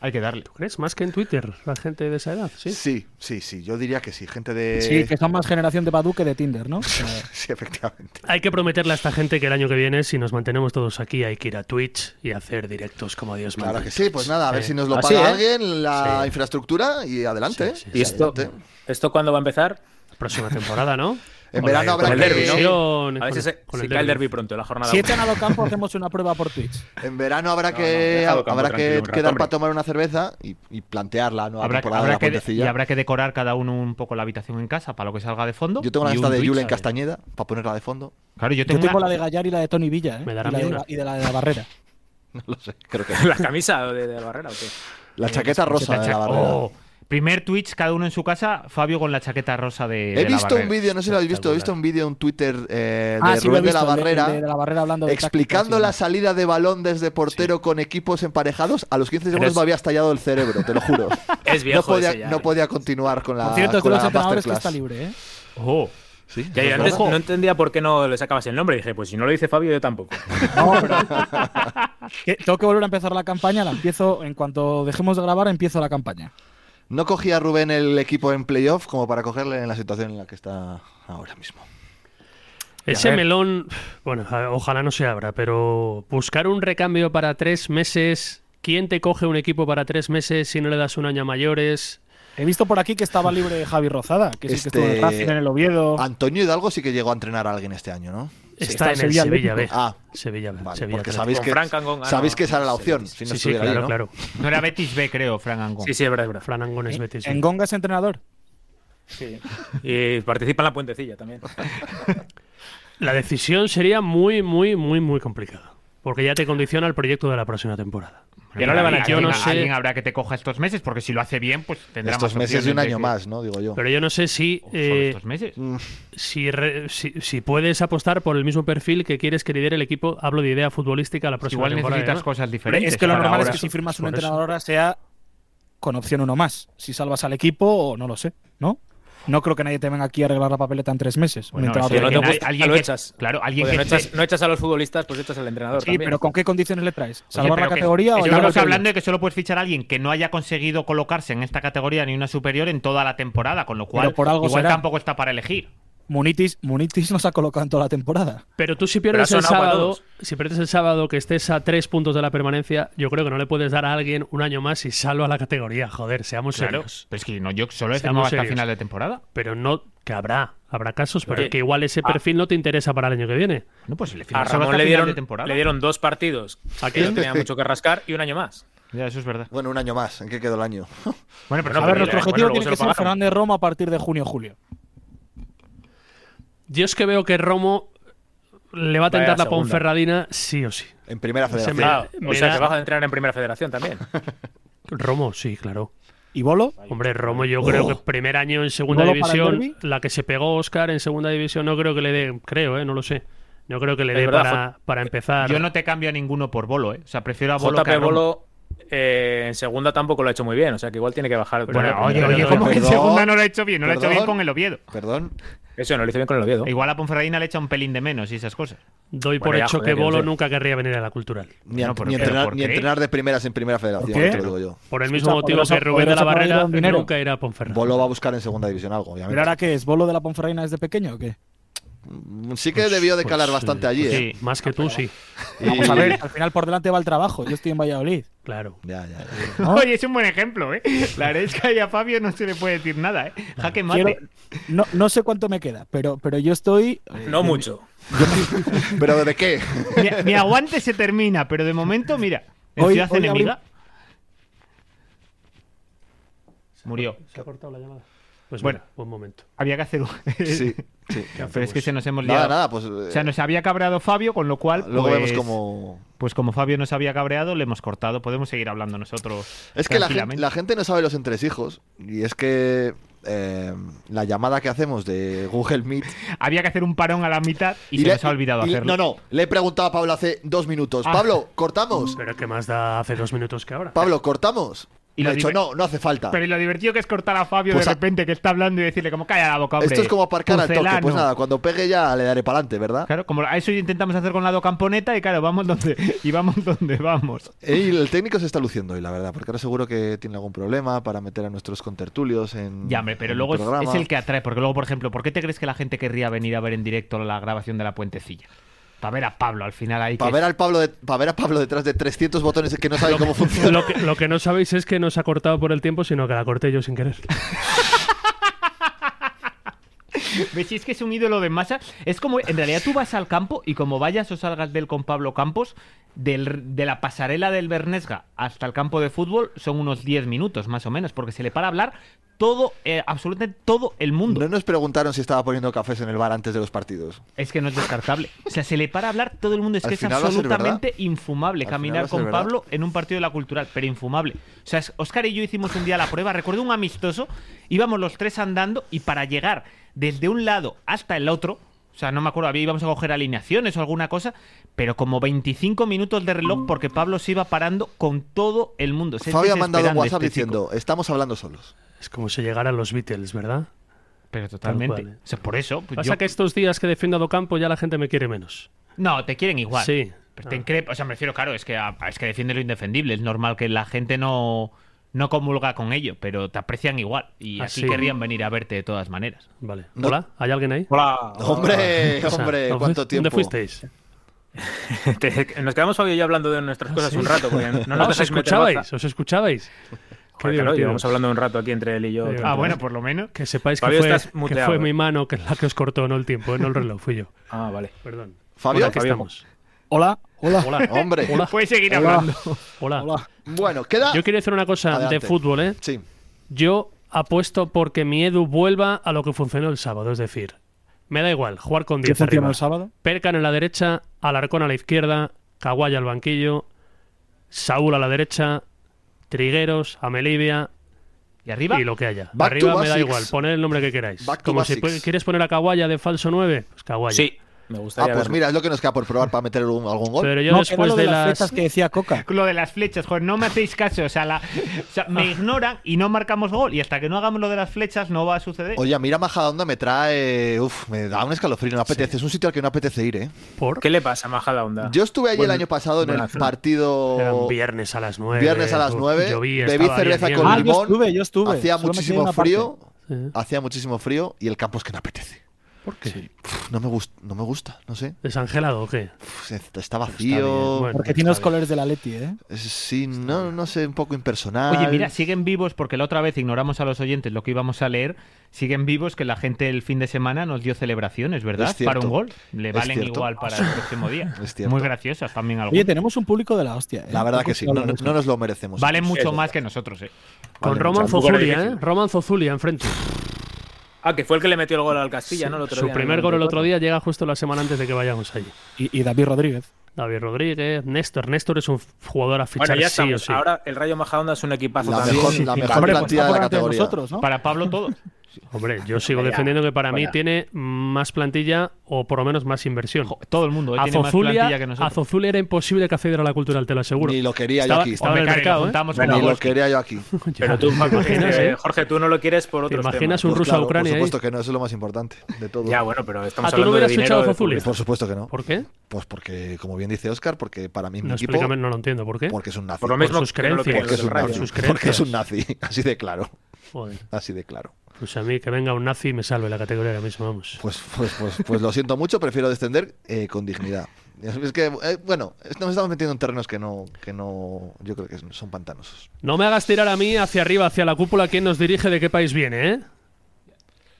F: Hay que darle.
C: ¿Crees? Más que en Twitter, la gente de esa edad, sí.
A: sí, sí, sí, yo diría que sí. Gente de...
E: Sí, que son más generación de Badu que de Tinder, ¿no? Eh,
A: sí, efectivamente.
C: Hay que prometerle a esta gente que el año que viene, si nos mantenemos todos aquí, hay que ir a Twitch y hacer directos como Dios manda.
A: Claro que sí, pues nada, a ver
C: Eh,
A: si nos lo
D: así,
A: paga
D: ¿eh?
A: alguien la
C: Sí.
A: infraestructura y adelante.
C: Sí, sí,
A: ¿eh?
D: ¿Y esto,
A: Adelante.
D: esto cuándo va a empezar?
C: Próxima temporada, ¿no?
A: En
C: Con la-
A: verano habrá
C: con
D: Con el
A: que-
D: derby, ¿no?
C: con-
D: A veces
C: con-
D: se,
C: con
D: se
C: el
D: cae el
C: derbi.
D: derbi pronto, la jornada.
E: Si
D: uno.
E: echan a los campos, hacemos una prueba por Twitch.
A: En verano habrá
D: No, no,
A: que,
D: déjalo campo
A: habrá
D: tranquilo
A: que
D: un rato,
A: quedar
D: hombre.
A: para tomar una cerveza y, y plantear la nueva
F: Habrá,
A: temporada
F: habrá
A: de la
F: que de- y
A: Puentecilla.
F: habrá que decorar cada uno un poco la habitación en casa para lo que salga de fondo.
A: Yo tengo la
F: y
A: lista
F: un
A: de
F: Twitch,
A: Julen
F: ¿sabes?
A: Castañeda para ponerla de fondo.
F: Claro, yo
E: Yo
F: tengo,
E: tengo
F: una-
E: la de Gallar y la de Tony Villa, ¿eh?
C: Me dará
E: y, la
C: miedo
E: de,
C: una.
E: y de la de la barrera.
A: No lo sé, creo que
D: ¿La camisa de, de la barrera o qué?
A: La chaqueta rosa de la
F: chac-
A: barrera.
F: Oh, primer Twitch, cada uno en su casa, Fabio con la chaqueta rosa de.
A: He
F: de la
A: visto un
F: Barrera.
A: vídeo, no sé si lo habéis visto, he visto un vídeo en Twitter eh, de
E: Ah, sí, lo he
A: Rubén de la
E: visto, el de- el
A: Barrera
E: de- de la barrera hablando de
A: explicando la
E: tácticas
A: salida de balón desde portero con equipos emparejados. A los 15 segundos
D: es-
A: me había estallado el cerebro, te lo juro.
D: Es viejo
A: no, podía,
D: ese ya,
A: no
D: eh.
A: podía continuar con la,
E: Por cierto, es de
A: con
E: los
A: la
D: este
E: entrenadores que
A: masterclass.
E: está libre, ¿eh?
F: Oh,
A: Sí,
D: Ya,
A: es
C: Pues
D: yo antes
A: verdad.
D: no entendía por qué no le sacabas el nombre. Dije, pues si no lo dice Fabio, yo tampoco.
E: Que tengo que volver a empezar la campaña, la empiezo en cuanto dejemos de grabar, empiezo la campaña.
A: No cogía Rubén el equipo en playoff como para cogerle en la situación en la que está ahora mismo.
D: A
C: Ese
D: ver.
C: melón, bueno, a- ojalá no se abra, pero buscar un recambio para tres meses, ¿quién te coge un equipo para tres meses si no le das un año a mayores?
E: He visto por aquí que estaba libre Javi Rozada, que sí
A: Este- Ah,
E: que estuvo en el Racing, en el Oviedo.
A: Antonio Hidalgo sí que llegó a entrenar a alguien este año, ¿no?
E: está
C: está,
E: en
C: en el
E: Sevilla
C: Sevilla B.
E: Atlético.
A: Ah,
C: Sevilla B.
A: vale,
C: Sevilla
A: porque
C: Atlético.
A: sabéis
D: Con
A: que,
D: Frank Angón, ah,
A: sabéis
D: no,
A: que esa era la
D: sí,
A: opción.
D: sí,
A: si no
C: Sí, sí,
A: estuviera ahí,
C: claro,
A: ¿no?
C: claro.
F: no era Betis B, creo, Fran Angón.
D: Sí, sí, es verdad, es verdad.
C: Fran Angón es Betis.
E: ¿Eh? ¿En Gonga es entrenador?
D: Y participa en la puentecilla también.
C: La decisión sería muy, muy, muy, muy complicada. Porque ya te condiciona el proyecto de la próxima temporada.
F: Que no le van a
C: yo
F: alguien,
C: no
F: a- alguien
C: sé,
F: habrá que te coja estos meses, porque si lo hace bien, pues tendrá
A: Estos
F: más
A: meses y
F: opciones
A: un
F: de
A: año
F: que-
A: más, ¿no? Digo yo.
C: Pero yo no sé si,
F: Oh, solo
C: eh,
F: estos meses.
C: si, re- si, si puedes apostar por el mismo perfil que quieres que lidere el equipo. Hablo de idea futbolística la próxima
F: Igual
C: temporada.
F: necesitas
C: ¿no?
F: cosas diferentes.
E: Es que lo
F: para
E: normal es
F: ahora.
E: que si firmas un
C: Por eso.
E: entrenador ahora sea con opción uno más. Si salvas al equipo o no lo sé, ¿no? No creo que nadie te venga aquí a arreglar la papeleta en tres meses. un
F: Bueno,
E: entrenador
F: sí,
E: de
D: no te
E: equipo.
F: alguien-
D: gusta,
F: alguien
D: lo
F: que-
D: echas.
F: Claro, alguien
D: Joder, no,
F: que te-
D: echas, no echas a los futbolistas, pues echas al entrenador
E: Sí,
D: también.
E: pero ¿con qué condiciones le traes?
F: Oye,
E: ¿Salvar
F: pero
E: la
F: que-
E: categoría o
F: Estamos
E: ya
F: hablando de que solo puedes fichar a alguien que no haya conseguido colocarse en esta categoría ni una superior en toda la temporada, con lo cual
E: Pero por algo
F: igual
E: será.
F: tampoco está para elegir.
E: Munitis, Munitis nos ha colocado en toda la temporada.
C: Pero tú si
D: Pero ha
C: pierdes el
D: sonado a
C: sábado,
D: todos.
C: si pierdes el sábado que estés a tres puntos de la permanencia, yo creo que no le puedes dar a alguien un año más y salva la categoría. Joder, seamos
F: Claro.
C: serios.
F: Pero es que no, yo solo he
C: Seamos
F: firmado hasta
C: serios.
F: final de temporada.
C: Pero no, que habrá, habrá casos, pero
D: Claro.
C: que igual ese perfil no te interesa para el año que viene.
F: No, pues le
D: A
F: firmas solo
D: Ramón
F: hasta
D: le
F: final
D: dieron,
F: de temporada.
D: le dieron dos partidos.
C: ¿A
D: Que
C: quién?
D: no tenía mucho que rascar y un año más.
F: Ya, eso es verdad.
A: Bueno, un año más. ¿En qué quedó el año?
F: Bueno, pero
D: No,
E: A
F: no,
E: ver,
D: pero
E: nuestro
D: eh, bueno,
E: objetivo
D: luego
E: tiene
D: se
E: que
D: lo
E: ser
D: pagaron.
E: Fernández Roma a partir de junio-julio.
C: Yo es que veo que Romo le va a tentar la
D: Vaya segunda.
C: Ponferradina sí o sí.
A: En primera federación.
C: Me-
D: Ah, o
C: me
D: sea,
C: da-
D: que vas a entrenar en Primera Federación también.
C: Romo, sí, claro.
E: ¿Y Bolo?
C: Hombre, Romo, yo creo que primer año en segunda
E: ¿Golo para el
C: división,
E: derbi?
C: la que se pegó Oscar en segunda división, no creo que le dé, creo, eh, no lo sé. No creo que le
D: Es
C: dé
D: verdad,
C: para, para empezar.
F: yo no te cambio a ninguno por bolo, ¿eh? O sea, prefiero a bolo que a
D: JP
F: Romo.
D: Bolo eh, en segunda tampoco lo ha hecho muy bien, o sea que igual tiene que bajar.
F: Bueno,
D: Bueno,
F: oye,
D: pero-
F: oye,
A: perdón,
F: como que en
A: perdón,
F: segunda no lo ha hecho bien, no lo ha hecho bien
A: perdón.
F: con el Oviedo.
A: Perdón.
D: Eso no lo hizo bien con el Oviedo.
F: E Igual a Ponferradina le echa un pelín de menos y esas cosas.
C: Doy por
D: Bueno, ya,
C: hecho
D: joder,
C: que
D: yo
C: Bolo
D: no sé.
C: nunca querría venir a la cultural.
A: Ni, a-
F: No, pero-
A: ni
F: pero
A: entrenar,
F: ¿por
A: ni
F: qué?
A: entrenar de primeras en primera federación,
E: qué?
A: te lo digo yo.
C: Por el
E: Escucha,
C: mismo motivo
E: podrás-
C: que Rubén de
E: podrás
C: la
E: haber
C: Barrera
E: dado un dinero.
C: nunca irá a Ponferrada.
A: Bolo va a buscar en segunda división algo,
E: ¿Pero
A: obviamente.
E: ahora qué es? ¿Bolo de la Ponferradina desde pequeño o qué?
A: Sí que debió de
C: Pues,
A: calar bastante
C: eh,
A: allí,
C: pues
A: ¿eh?
C: sí, Más que tú, sí.
A: Y-
E: Vamos Pues a ver, al final por delante va el trabajo. Yo estoy en Valladolid.
C: Claro.
A: Ya, ya, ya.
F: Oye, es un buen ejemplo, ¿eh? La Aresca y a Fabio no se le puede decir nada, ¿eh? Jaque mate.
E: Quiero- no, no sé cuánto me queda, pero, pero yo estoy.
D: No mucho.
A: ¿Pero de qué?
F: Mi, mi aguante se termina, pero de momento, mira, en
E: Hoy-
F: Ciudad
E: hoy
F: Enemiga. Murió.
C: Se ha cortado la llamada. Pues
F: Bueno.
C: bueno, buen Pues momento.
F: Había que hacer un...
A: Sí.
F: Pero es que se nos hemos liado.
A: Nada, nada, pues. eh,
F: O sea, nos había cabreado Fabio, con lo cual.
A: luego
F: pues,
A: vemos como.
F: Pues como Fabio nos había cabreado, le hemos cortado. Podemos seguir hablando nosotros.
A: Es que la, gen-
F: tranquilamente.
A: la gente no sabe los entresijos. Y es que. eh, la llamada que hacemos de Google Meet.
F: Había que hacer un parón a la mitad y, se
A: le-
F: nos ha olvidado
A: y-
F: hacerlo.
A: No, no. Le he preguntado a Pablo hace dos minutos.
F: Ah.
A: Pablo, cortamos.
C: Pero que más da hace dos minutos que ahora.
A: Pablo, cortamos.
F: Y
A: Y
F: lo
A: he dicho,
F: digo-
A: no, no hace falta.
F: Pero y lo divertido que es cortar a Fabio
A: Pues
F: de
A: a-
F: repente que está hablando y decirle como calla la boca, hombre.
A: Esto es como aparcar al toque. Pues
F: porcelano".
A: nada, cuando pegue ya le daré para adelante, ¿verdad?
F: Claro, como a eso intentamos hacer con la do camponeta y claro, vamos donde y vamos donde vamos.
A: Y el técnico se está luciendo hoy, la verdad, porque ahora seguro que tiene algún problema para meter a nuestros contertulios en.
F: Ya, hombre, pero
A: en
F: luego es,
A: programa.
F: es el que atrae, porque luego, por ejemplo, ¿por qué te crees que la gente querría venir a ver en directo la grabación de la puentecilla? Para ver a Pablo al final ahí.
A: Para
F: que-
A: ver, al Pablo de- pa' ver a Pablo detrás de 300 botones que no sabe cómo funciona.
C: Lo que, lo que no sabéis es que no se ha cortado por el tiempo, sino que la corté yo sin querer.
F: ¿Ves? Si es que es un ídolo de masa. Es como, en realidad tú vas al campo y como vayas o salgas del con Pablo Campos, del- de la pasarela del Bernesga hasta el campo de fútbol son unos 10 minutos más o menos, porque se le para hablar todo, eh, absolutamente todo el mundo.
A: No nos preguntaron si estaba poniendo cafés en el bar antes de los partidos.
F: Es que no es descartable. O sea, se le para hablar todo el mundo. Es
A: Al
F: que es
A: final va a ser
F: absolutamente infumable
A: Al final va
F: caminar
A: a ser
F: con
A: verdad.
F: Pablo en un partido de la cultural, pero infumable. O sea, Oscar y yo hicimos un día la prueba. Recuerdo un amistoso, íbamos los tres andando y para llegar desde un lado hasta el otro, o sea, no me acuerdo, había, íbamos a coger alineaciones o alguna cosa, pero como 25 minutos de reloj porque Pablo se iba parando con todo el mundo. Se es
A: Fabio ha mandado un
F: desesperante
A: WhatsApp
F: este chico.
A: diciendo, estamos hablando solos.
C: Es como si llegaran los Beatles, ¿verdad?
F: Pero totalmente.
C: cual, eh.
F: O sea, por eso. pues,
C: Pasa
F: yo-
C: que estos días que defiendo a Docampo ya la gente me quiere menos.
F: No, te quieren igual.
C: Sí.
F: Pero te incre- O sea, me refiero, claro, es que, a- es que defiende lo indefendible. Es normal que la gente no, no comulga con ello, pero te aprecian igual. Y
C: Ah,
F: así Ah,
C: sí.
F: querrían venir a verte de todas maneras.
C: Vale. Hola, ¿hay alguien ahí?
D: Hola.
A: Hombre,
C: O sea,
A: hombre,
C: ¿dónde-
A: ¿cuánto tiempo?
C: ¿Dónde fuisteis?
D: Te- Este, nos quedamos Fabio y yo hablando de nuestras cosas un rato, porque no
C: Ah,
D: nos
C: ¿Os
D: dejáis meter
C: escuchabais?
D: baza.
C: ¿Os escuchabais? Qué
D: Joder, claro,
C: divertidos.
D: llevamos hablando un rato aquí entre él y yo.
C: Ah,
F: Ah,
D: tranquilos.
F: bueno, por lo menos.
C: Que sepáis que
D: Fabio,
C: fue,
D: estás
C: que
D: muteado.
C: fue mi mano que la que os cortó, no el tiempo, eh, no el reloj, fui yo.
D: Ah, vale.
C: Perdón.
A: Fabio,
C: Hola, aquí estamos.
E: Hola, hola.
C: Hola.
A: hombre.
C: Hola.
F: Puedes seguir hablando.
C: Hola.
E: Hola.
A: Bueno, queda...
C: Yo quiero decir una cosa
A: Adelante.
C: de fútbol, ¿eh?
A: Sí.
C: Yo apuesto porque mi Edu vuelva a lo que funcionó el sábado, es decir, me da igual jugar con
E: ¿Qué
C: 10
E: funciona
C: arriba.
E: el sábado?
C: Percan en la derecha, Alarcón a la izquierda, Caguay al banquillo, Saúl a la derecha, Trigueros, Amelivia
F: Y arriba.
C: y lo que haya.
A: Back to
C: Arriba me da
A: basics.
C: igual, poner el nombre que queráis.
A: Back to
C: Como si
A: basics.
C: pu- quieres poner a Caguaya de falso 9, pues Caguaya.
D: Sí, me
A: Ah,
D: gustaría
A: pues
D: verlo.
A: mira, es lo que nos queda por probar para meter un- algún gol.
C: Pero yo
E: No, que era
C: después
E: lo
C: de,
E: de, las
C: las
E: flechas que decía Coca.
F: Lo de las flechas, joder, no me hacéis caso. O sea, la- o sea, me ignoran y no marcamos gol. Y hasta que no hagamos lo de las flechas, no va a suceder.
A: Oye, mira Majadahonda me trae... Uf, me da un escalofrío, no me apetece. Es un sitio al que no apetece ir, ¿eh?
C: por
D: ¿Qué le pasa, Majada Onda?
A: Yo estuve allí el
D: Buen-
A: año pasado en
D: buena
A: el
D: cena.
C: Eran
A: partido...
C: viernes a las 9.
A: Viernes a las
C: uf,
A: 9,
C: lloví,
A: bebí
C: estaba
A: cerveza
C: bien,
A: con
E: Ah,
C: bien. ¿Eh?
E: yo
A: limón.
E: estuve, yo estuve.
A: Hacía
E: Solo me quedé
A: muchísimo
E: una parte.
A: frío,
C: Sí.
A: hacía muchísimo frío y el campo es que no apetece.
C: ¿Por qué?
A: Pf, No me, gust- no me gusta, no sé.
C: ¿Desangelado o qué?
A: Pf, Está
C: Está bien,
A: vacío.
C: bueno.
E: Porque tiene los colores de la Leti, ¿eh?
A: Es- Sí, no, no sé, un poco impersonal.
F: Oye, mira, siguen vivos, porque la otra vez ignoramos a los oyentes lo que íbamos a leer, siguen vivos que la gente el fin de semana nos dio celebraciones, ¿verdad?
A: Es cierto.
F: Para un gol. Le
A: Es
F: valen
A: cierto.
F: igual para el próximo día.
A: Es cierto.
F: Muy graciosas también
E: Oye,
F: algunas.
E: tenemos un público de la hostia. ¿eh?
A: La verdad que sí, no, no- no nos lo merecemos.
F: Valen mucho más que nosotros, ¿eh?
C: Con
A: Vale,
C: Roman
D: tampoco era
C: Zozulia, ¿eh?
D: difícil.
C: Roman Zozulia enfrente.
D: Ah, que fue el que le metió el gol al Castilla, ¿no? El otro
C: Su
D: día, en
C: primer gol el
D: 94.
C: otro día llega justo la semana antes de que vayamos allí.
E: Y, y David Rodríguez.
C: David Rodríguez, Néstor. Néstor es un jugador a fichar
D: Bueno, ya
C: sí
D: estamos.
C: o sí.
D: Ahora el Rayo Majadahonda es un equipazo
A: La
D: también.
A: mejor, la mejor
E: Hombre, pues
A: plantilla de
E: está
A: la
E: por delante de
A: categoría.
E: nosotros, ¿no?
F: Para Pablo todo.
C: Hombre, yo sigo defendiendo que para mí tiene más plantilla o por lo menos más inversión.
F: Jo, Todo el mundo ¿eh?
C: A
F: tiene más plantilla
C: Zozulia,
F: que
C: a
F: nosotros.
C: Zozulia era imposible que accediera a la cultural, te lo aseguro.
A: Ni lo quería yo
C: Estaba-
A: aquí.
C: estaba-
F: Hombre,
C: en el
F: claro, y lo
C: mercado, ¿eh?
F: juntamos
A: Ni
F: con
A: lo
F: Gorka.
A: quería yo aquí. Pues
D: Pero tú, Paco,
C: ¿Te imaginas,
D: eh,
C: eh?
D: Jorge, tú no lo quieres por
C: ¿Te
D: otro
C: imaginas un
A: Pues claro,
C: ruso a Ucrania? ¿eh?
A: Por
C: ahí?
A: supuesto que no, eso es lo más importante de todo.
D: Ya, bueno, pero
C: Ah,
D: estamos
C: ¿tú no
D: hablando de
C: hubieras fichado
D: dinero.
C: a
D: de
C: Zozulia?
D: futbolistas.
A: Por supuesto que no.
C: ¿Por qué?
A: Pues porque, como bien dice Oscar, porque para mí mi
C: No,
A: equipo.
C: explícame, no lo entiendo. ¿Por qué?
A: Porque es un nazi.
D: Por lo mismo
C: sus
D: que no lo
C: creencias.
D: quería
A: porque es
D: el
A: un
D: Rayo.
A: nazi.
C: sus
A: Porque es
C: creencias.
A: un nazi. Así de claro.
C: Joder.
A: Así de claro.
C: Pues a mí que venga un nazi y me salve la categoría ahora mismo, vamos.
A: Pues, pues, pues, pues lo siento mucho, prefiero descender eh, con dignidad. Es que, eh, bueno, es- nos estamos metiendo en terrenos que no, que no, yo creo que son pantanosos.
C: No me hagas tirar a mí hacia arriba, hacia la cúpula, quién nos dirige, de qué país viene, ¿eh?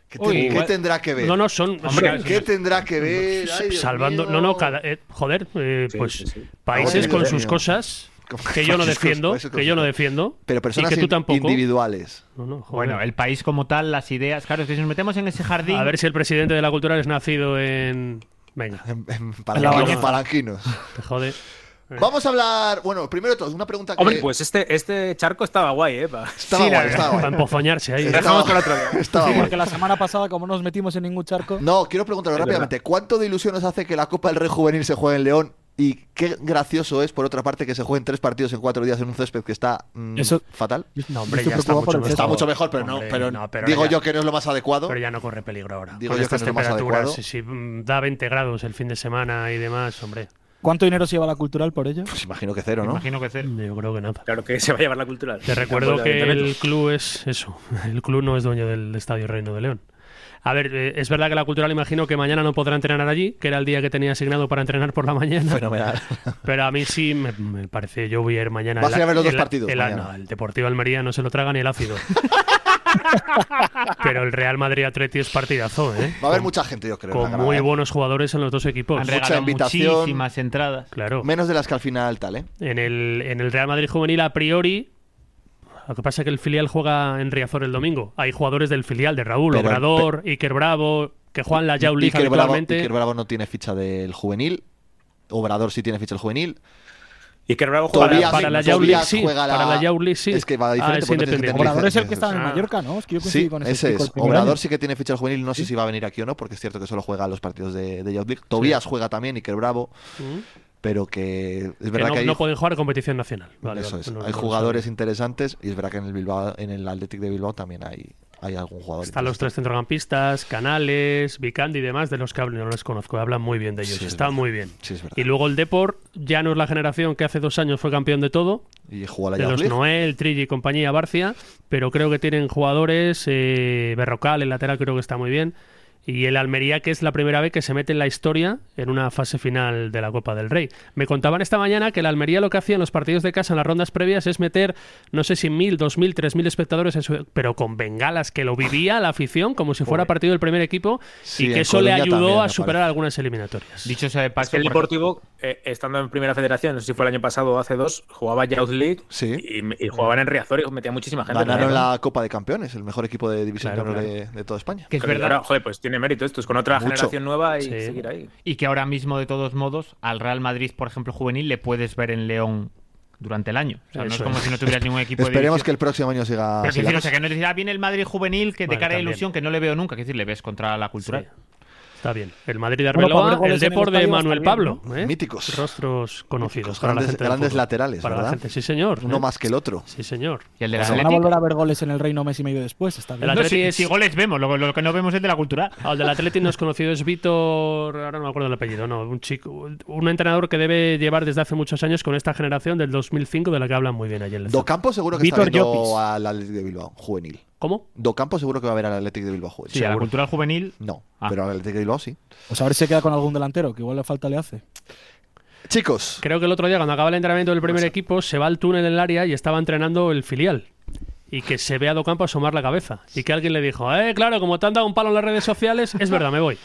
A: ¿Qué,
F: Uy,
A: te- qué
F: igual-
A: tendrá que ver?
C: No, no, son...
A: ¿Qué,
C: son-
A: qué tendrá que ver? Ay, Dios
C: salvando.
A: mío.
C: No, no, cada. eh, joder, eh,
D: Sí,
C: pues
D: sí, sí.
C: países
A: Ay,
C: con
A: Dios
C: sus
A: mío.
C: cosas. que yo no
A: Con sus cosas,
C: defiendo,
A: con sus
C: que yo no
A: cosas.
C: defiendo.
A: Pero personas
C: y que tú
A: in- eh,
C: tampoco.
A: individuales.
C: No, no, joder.
F: Bueno, el país como tal, las ideas. Claro, es que si nos metemos en ese jardín.
C: A ver si el presidente de la cultural es nacido en. Venga,
A: En- en
C: La Eh.
A: palanquinos.
C: Habana.
A: palanquinos.
C: te jode.
A: Vamos a hablar. Bueno, primero de todo, una pregunta que.
D: Hombre, pues este, este charco estaba guay, ¿eh? Pa-
A: estaba
F: sí, la
A: guay,
F: verdad.
A: estaba guay.
C: Para empozoñarse ahí. ¿eh?
A: Estaba-
D: para otro día.
A: estaba
E: Sí,
A: guay.
E: porque la semana pasada, como no nos metimos en ningún charco,
A: No, quiero preguntaros rápidamente, ¿cuánto de ilusión os hace que la Copa del Rey Juvenil se juegue en León? Y qué gracioso es, por otra parte, que se jueguen tres partidos en cuatro días en un césped que está mm,
E: Eso-
A: fatal.
C: No,
E: yo
C: hombre,
E: estoy
C: ya está
E: preocupado por
C: mucho
E: el
C: mejor.
E: Está
A: Está mucho mejor, pero no,
D: hombre,
A: pero,
D: no, pero
A: digo
D: ya-
A: yo que no es lo más adecuado.
D: Pero ya no corre peligro ahora.
A: Digo
D: Con
A: yo que
D: estas
A: no es lo más
D: temperaturas,
A: adecuado.
C: Sí, sí, mm, da 20 grados el fin de semana y demás, hombre.
E: ¿cuánto dinero se lleva la cultural por ello?
A: Pues imagino que cero, ¿no?
F: Imagino que cero.
C: Yo creo que nada.
D: Claro que se va a llevar la cultural.
C: Te recuerdo que el club es eso. El club no es dueño del Estadio Reino de León. A ver, eh, es verdad que la cultural imagino que mañana no podrá entrenar allí, que era el día que tenía asignado para entrenar por la mañana.
A: Fenomenal.
C: Pero a mí sí me, me parece, yo voy a ir mañana.
A: Vas a ir a ver los dos
C: el-
A: partidos
C: El,
A: mañana.
C: no, el Deportivo Almería no se lo traga ni el ácido. Pero el Real Madrid Atleti es partidazo, ¿eh?
A: Va a haber mucha gente, yo creo. en la
C: Con
A: grada,
C: muy
A: ¿eh?
C: buenos jugadores en los dos equipos.
F: Han regalado
A: invitación.
F: muchísimas entradas.
C: Claro.
A: Menos de las que al final tal, ¿eh?
C: En el, en el Real Madrid Juvenil, a priori. Lo que pasa es que el filial juega en Riazor el domingo. Hay jugadores del filial, de Raúl,
A: Pero-
C: Obrador, Iker Bravo, que juegan la Yauliz
A: Iker Bravo,
C: habitualmente.
A: Iker Bravo no tiene ficha del juvenil. Obrador sí tiene ficha del juvenil.
D: Y que Bravo juega
A: Tobías,
D: la- para la
C: Tobías
D: Yauli.
A: Tobías
C: sí,
A: juega la...
C: para la Yauli sí.
A: Es que va diferente
C: Ah, es
A: porque no tienes que
C: independiente.
A: tener
E: Obrador es el
A: licencia.
E: que estaba en el
D: Ah.
E: Mallorca, ¿no? Es que yo coincidí
A: Sí,
E: con ese,
A: ese
E: chico
A: es.
E: el primer
A: Obrador
E: año.
A: sí que tiene ficha al juvenil. No sé si va a venir aquí o no, porque es cierto que solo juega a los partidos de, de Youth League. Tobías juega también, Iker Bravo,
C: Mm.
A: pero que es
C: Que
A: verdad
C: no,
A: que hay,
C: no pueden jugar competición nacional. Vale,
A: eso
C: vale, pues
A: es,
C: no,
A: hay
C: no, no,
A: jugadores
C: no.
A: interesantes y es verdad que en el Bilbao, en el Athletic de Bilbao también hay, hay algún jugador.
C: Están los
A: interesante.
C: tres centrocampistas, Canales, Vicandi y demás, de los que hablo- no les conozco. Hablan muy bien de ellos.
A: Sí, es
C: Está
A: verdad.
C: muy bien.
A: Sí, es verdad.
C: Y luego el Deport ya no es la generación que hace dos años fue campeón de todo,
A: Y jugó a la
C: de
A: Youth
C: los
A: League.
C: Noel, Trilli y compañía, Barcia, pero creo que tienen jugadores, eh, Berrocal, el lateral creo que está muy bien, y el Almería, que es la primera vez que se mete en la historia en una fase final de la Copa del Rey. Me contaban esta mañana que el Almería lo que hacía en los partidos de casa en las rondas previas es meter, no sé si mil, dos mil, tres mil espectadores, en su- pero con bengalas, que lo vivía la afición como si fuera partido del primer equipo,
A: Sí,
C: y
A: en
C: que eso le
A: Coruña
C: ayudó
A: también, me
C: a superar algunas eliminatorias.
F: Dicho sea de
D: Es
F: paso,
D: que el
F: por-
D: Deportivo, eh, estando en Primera Federación, no sé si fue el año pasado o hace dos, jugaba Youth League
A: Sí.
D: y, y jugaban en Riazor y metía muchísima gente.
A: Ganaron
D: Pero,
A: la Copa de Campeones, el mejor equipo de división
C: Claro,
A: de, honor De, de toda España.
F: que es
D: Creo que
F: verdad.
D: ahora, joder, pues tiene mérito esto, es con otra
A: Mucho.
D: generación nueva y
C: Sí.
D: seguir ahí.
F: Y que ahora mismo, de todos modos, al Real Madrid, por ejemplo, juvenil, le puedes ver en León durante el año. O sea, no es
C: Eso
F: como
C: es.
F: si no tuvieras ningún equipo
A: Esperemos
F: de
A: que el próximo año siga.
F: Pero quiero
A: siga
F: decir, o sea, que no decir, ah, viene el Madrid juvenil, que de
C: Vale,
F: cara a
C: también.
F: ilusión, que no le veo nunca. Que decir, le ves contra la cultural.
C: Está bien. El Madrid de
E: Bueno, para
C: Arbeloa,
E: ver goles
C: el
E: en el
C: Deport de
E: estadio está
C: Manuel
E: bien,
C: Pablo. ¿eh?
A: Míticos.
C: Rostros conocidos
A: Míticos,
C: para
A: grandes-
C: la gente del
A: grandes
C: fútbol.
A: laterales,
C: para
A: ¿verdad?
C: la gente, sí señor.
A: Uno
C: ¿eh?
A: más que el otro.
C: Sí señor.
F: Y el de la
E: O sea, Pues van a volver a ver goles en el Reino mes y medio después. Está bien.
C: El
F: No,
C: Atleti
F: si,
C: es-
F: si goles vemos, lo, lo que no vemos es de la cultural.
C: Al Ah, del Atleti no es conocido, es Víctor, ahora no me acuerdo el apellido, no, un chico, un entrenador que debe llevar desde hace muchos años con esta generación del 2005 de la que hablan muy bien ayer.
A: Docampo seguro que
E: Vítor
A: está viendo
E: Llopis.
A: al Atlético de Bilbao, juvenil.
C: ¿Cómo?
A: Docampo seguro que va a ver al Atlético de Bilbao juvenil.
F: Sí, a la cultural juvenil.
A: No,
F: Ah.
A: pero al Atlético de Bilbao sí.
E: Pues a ver si se queda con algún delantero, que igual la falta le hace.
A: Chicos,
C: Creo que el otro día cuando acaba el entrenamiento del primer equipo se va al túnel del área y estaba entrenando el filial. Y que se ve a Docampo asomar la cabeza. Y que alguien le dijo, eh, claro, como te han dado un palo en las redes sociales, es verdad, me voy.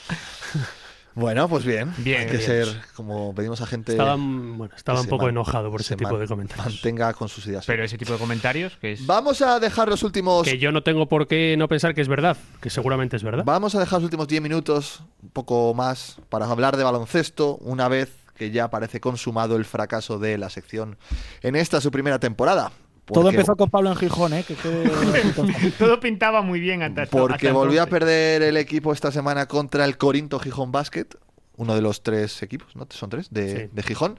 A: bueno, pues bien.
F: Bien,
A: Hay que
F: bien.
A: ser, como pedimos a gente
C: Estaba, bueno, estaba
A: Eh, que
C: un
A: se
C: poco
A: man-
C: enojado por
A: se
C: ese tipo
A: man-
C: de comentarios.
A: Mantenga con sus ideas.
F: Pero ese tipo de comentarios, que es.
A: Vamos a dejar los últimos.
C: Que yo no tengo por qué no pensar que es verdad, que seguramente es verdad.
A: Vamos a dejar los últimos 10 minutos, un poco más, para hablar de baloncesto, una vez que ya parece consumado el fracaso de la sección en esta su primera temporada.
E: Todo
A: Porque-
E: empezó con Pablo en Gijón, ¿eh? Que quede-
F: Todo pintaba muy bien hasta hasta-
A: Porque
F: hasta
A: volvió a
F: entonces.
A: perder el equipo esta semana contra el Corinto Gijón Basket, uno de los tres equipos, ¿no? Son tres, de,
C: Sí.
A: de Gijón.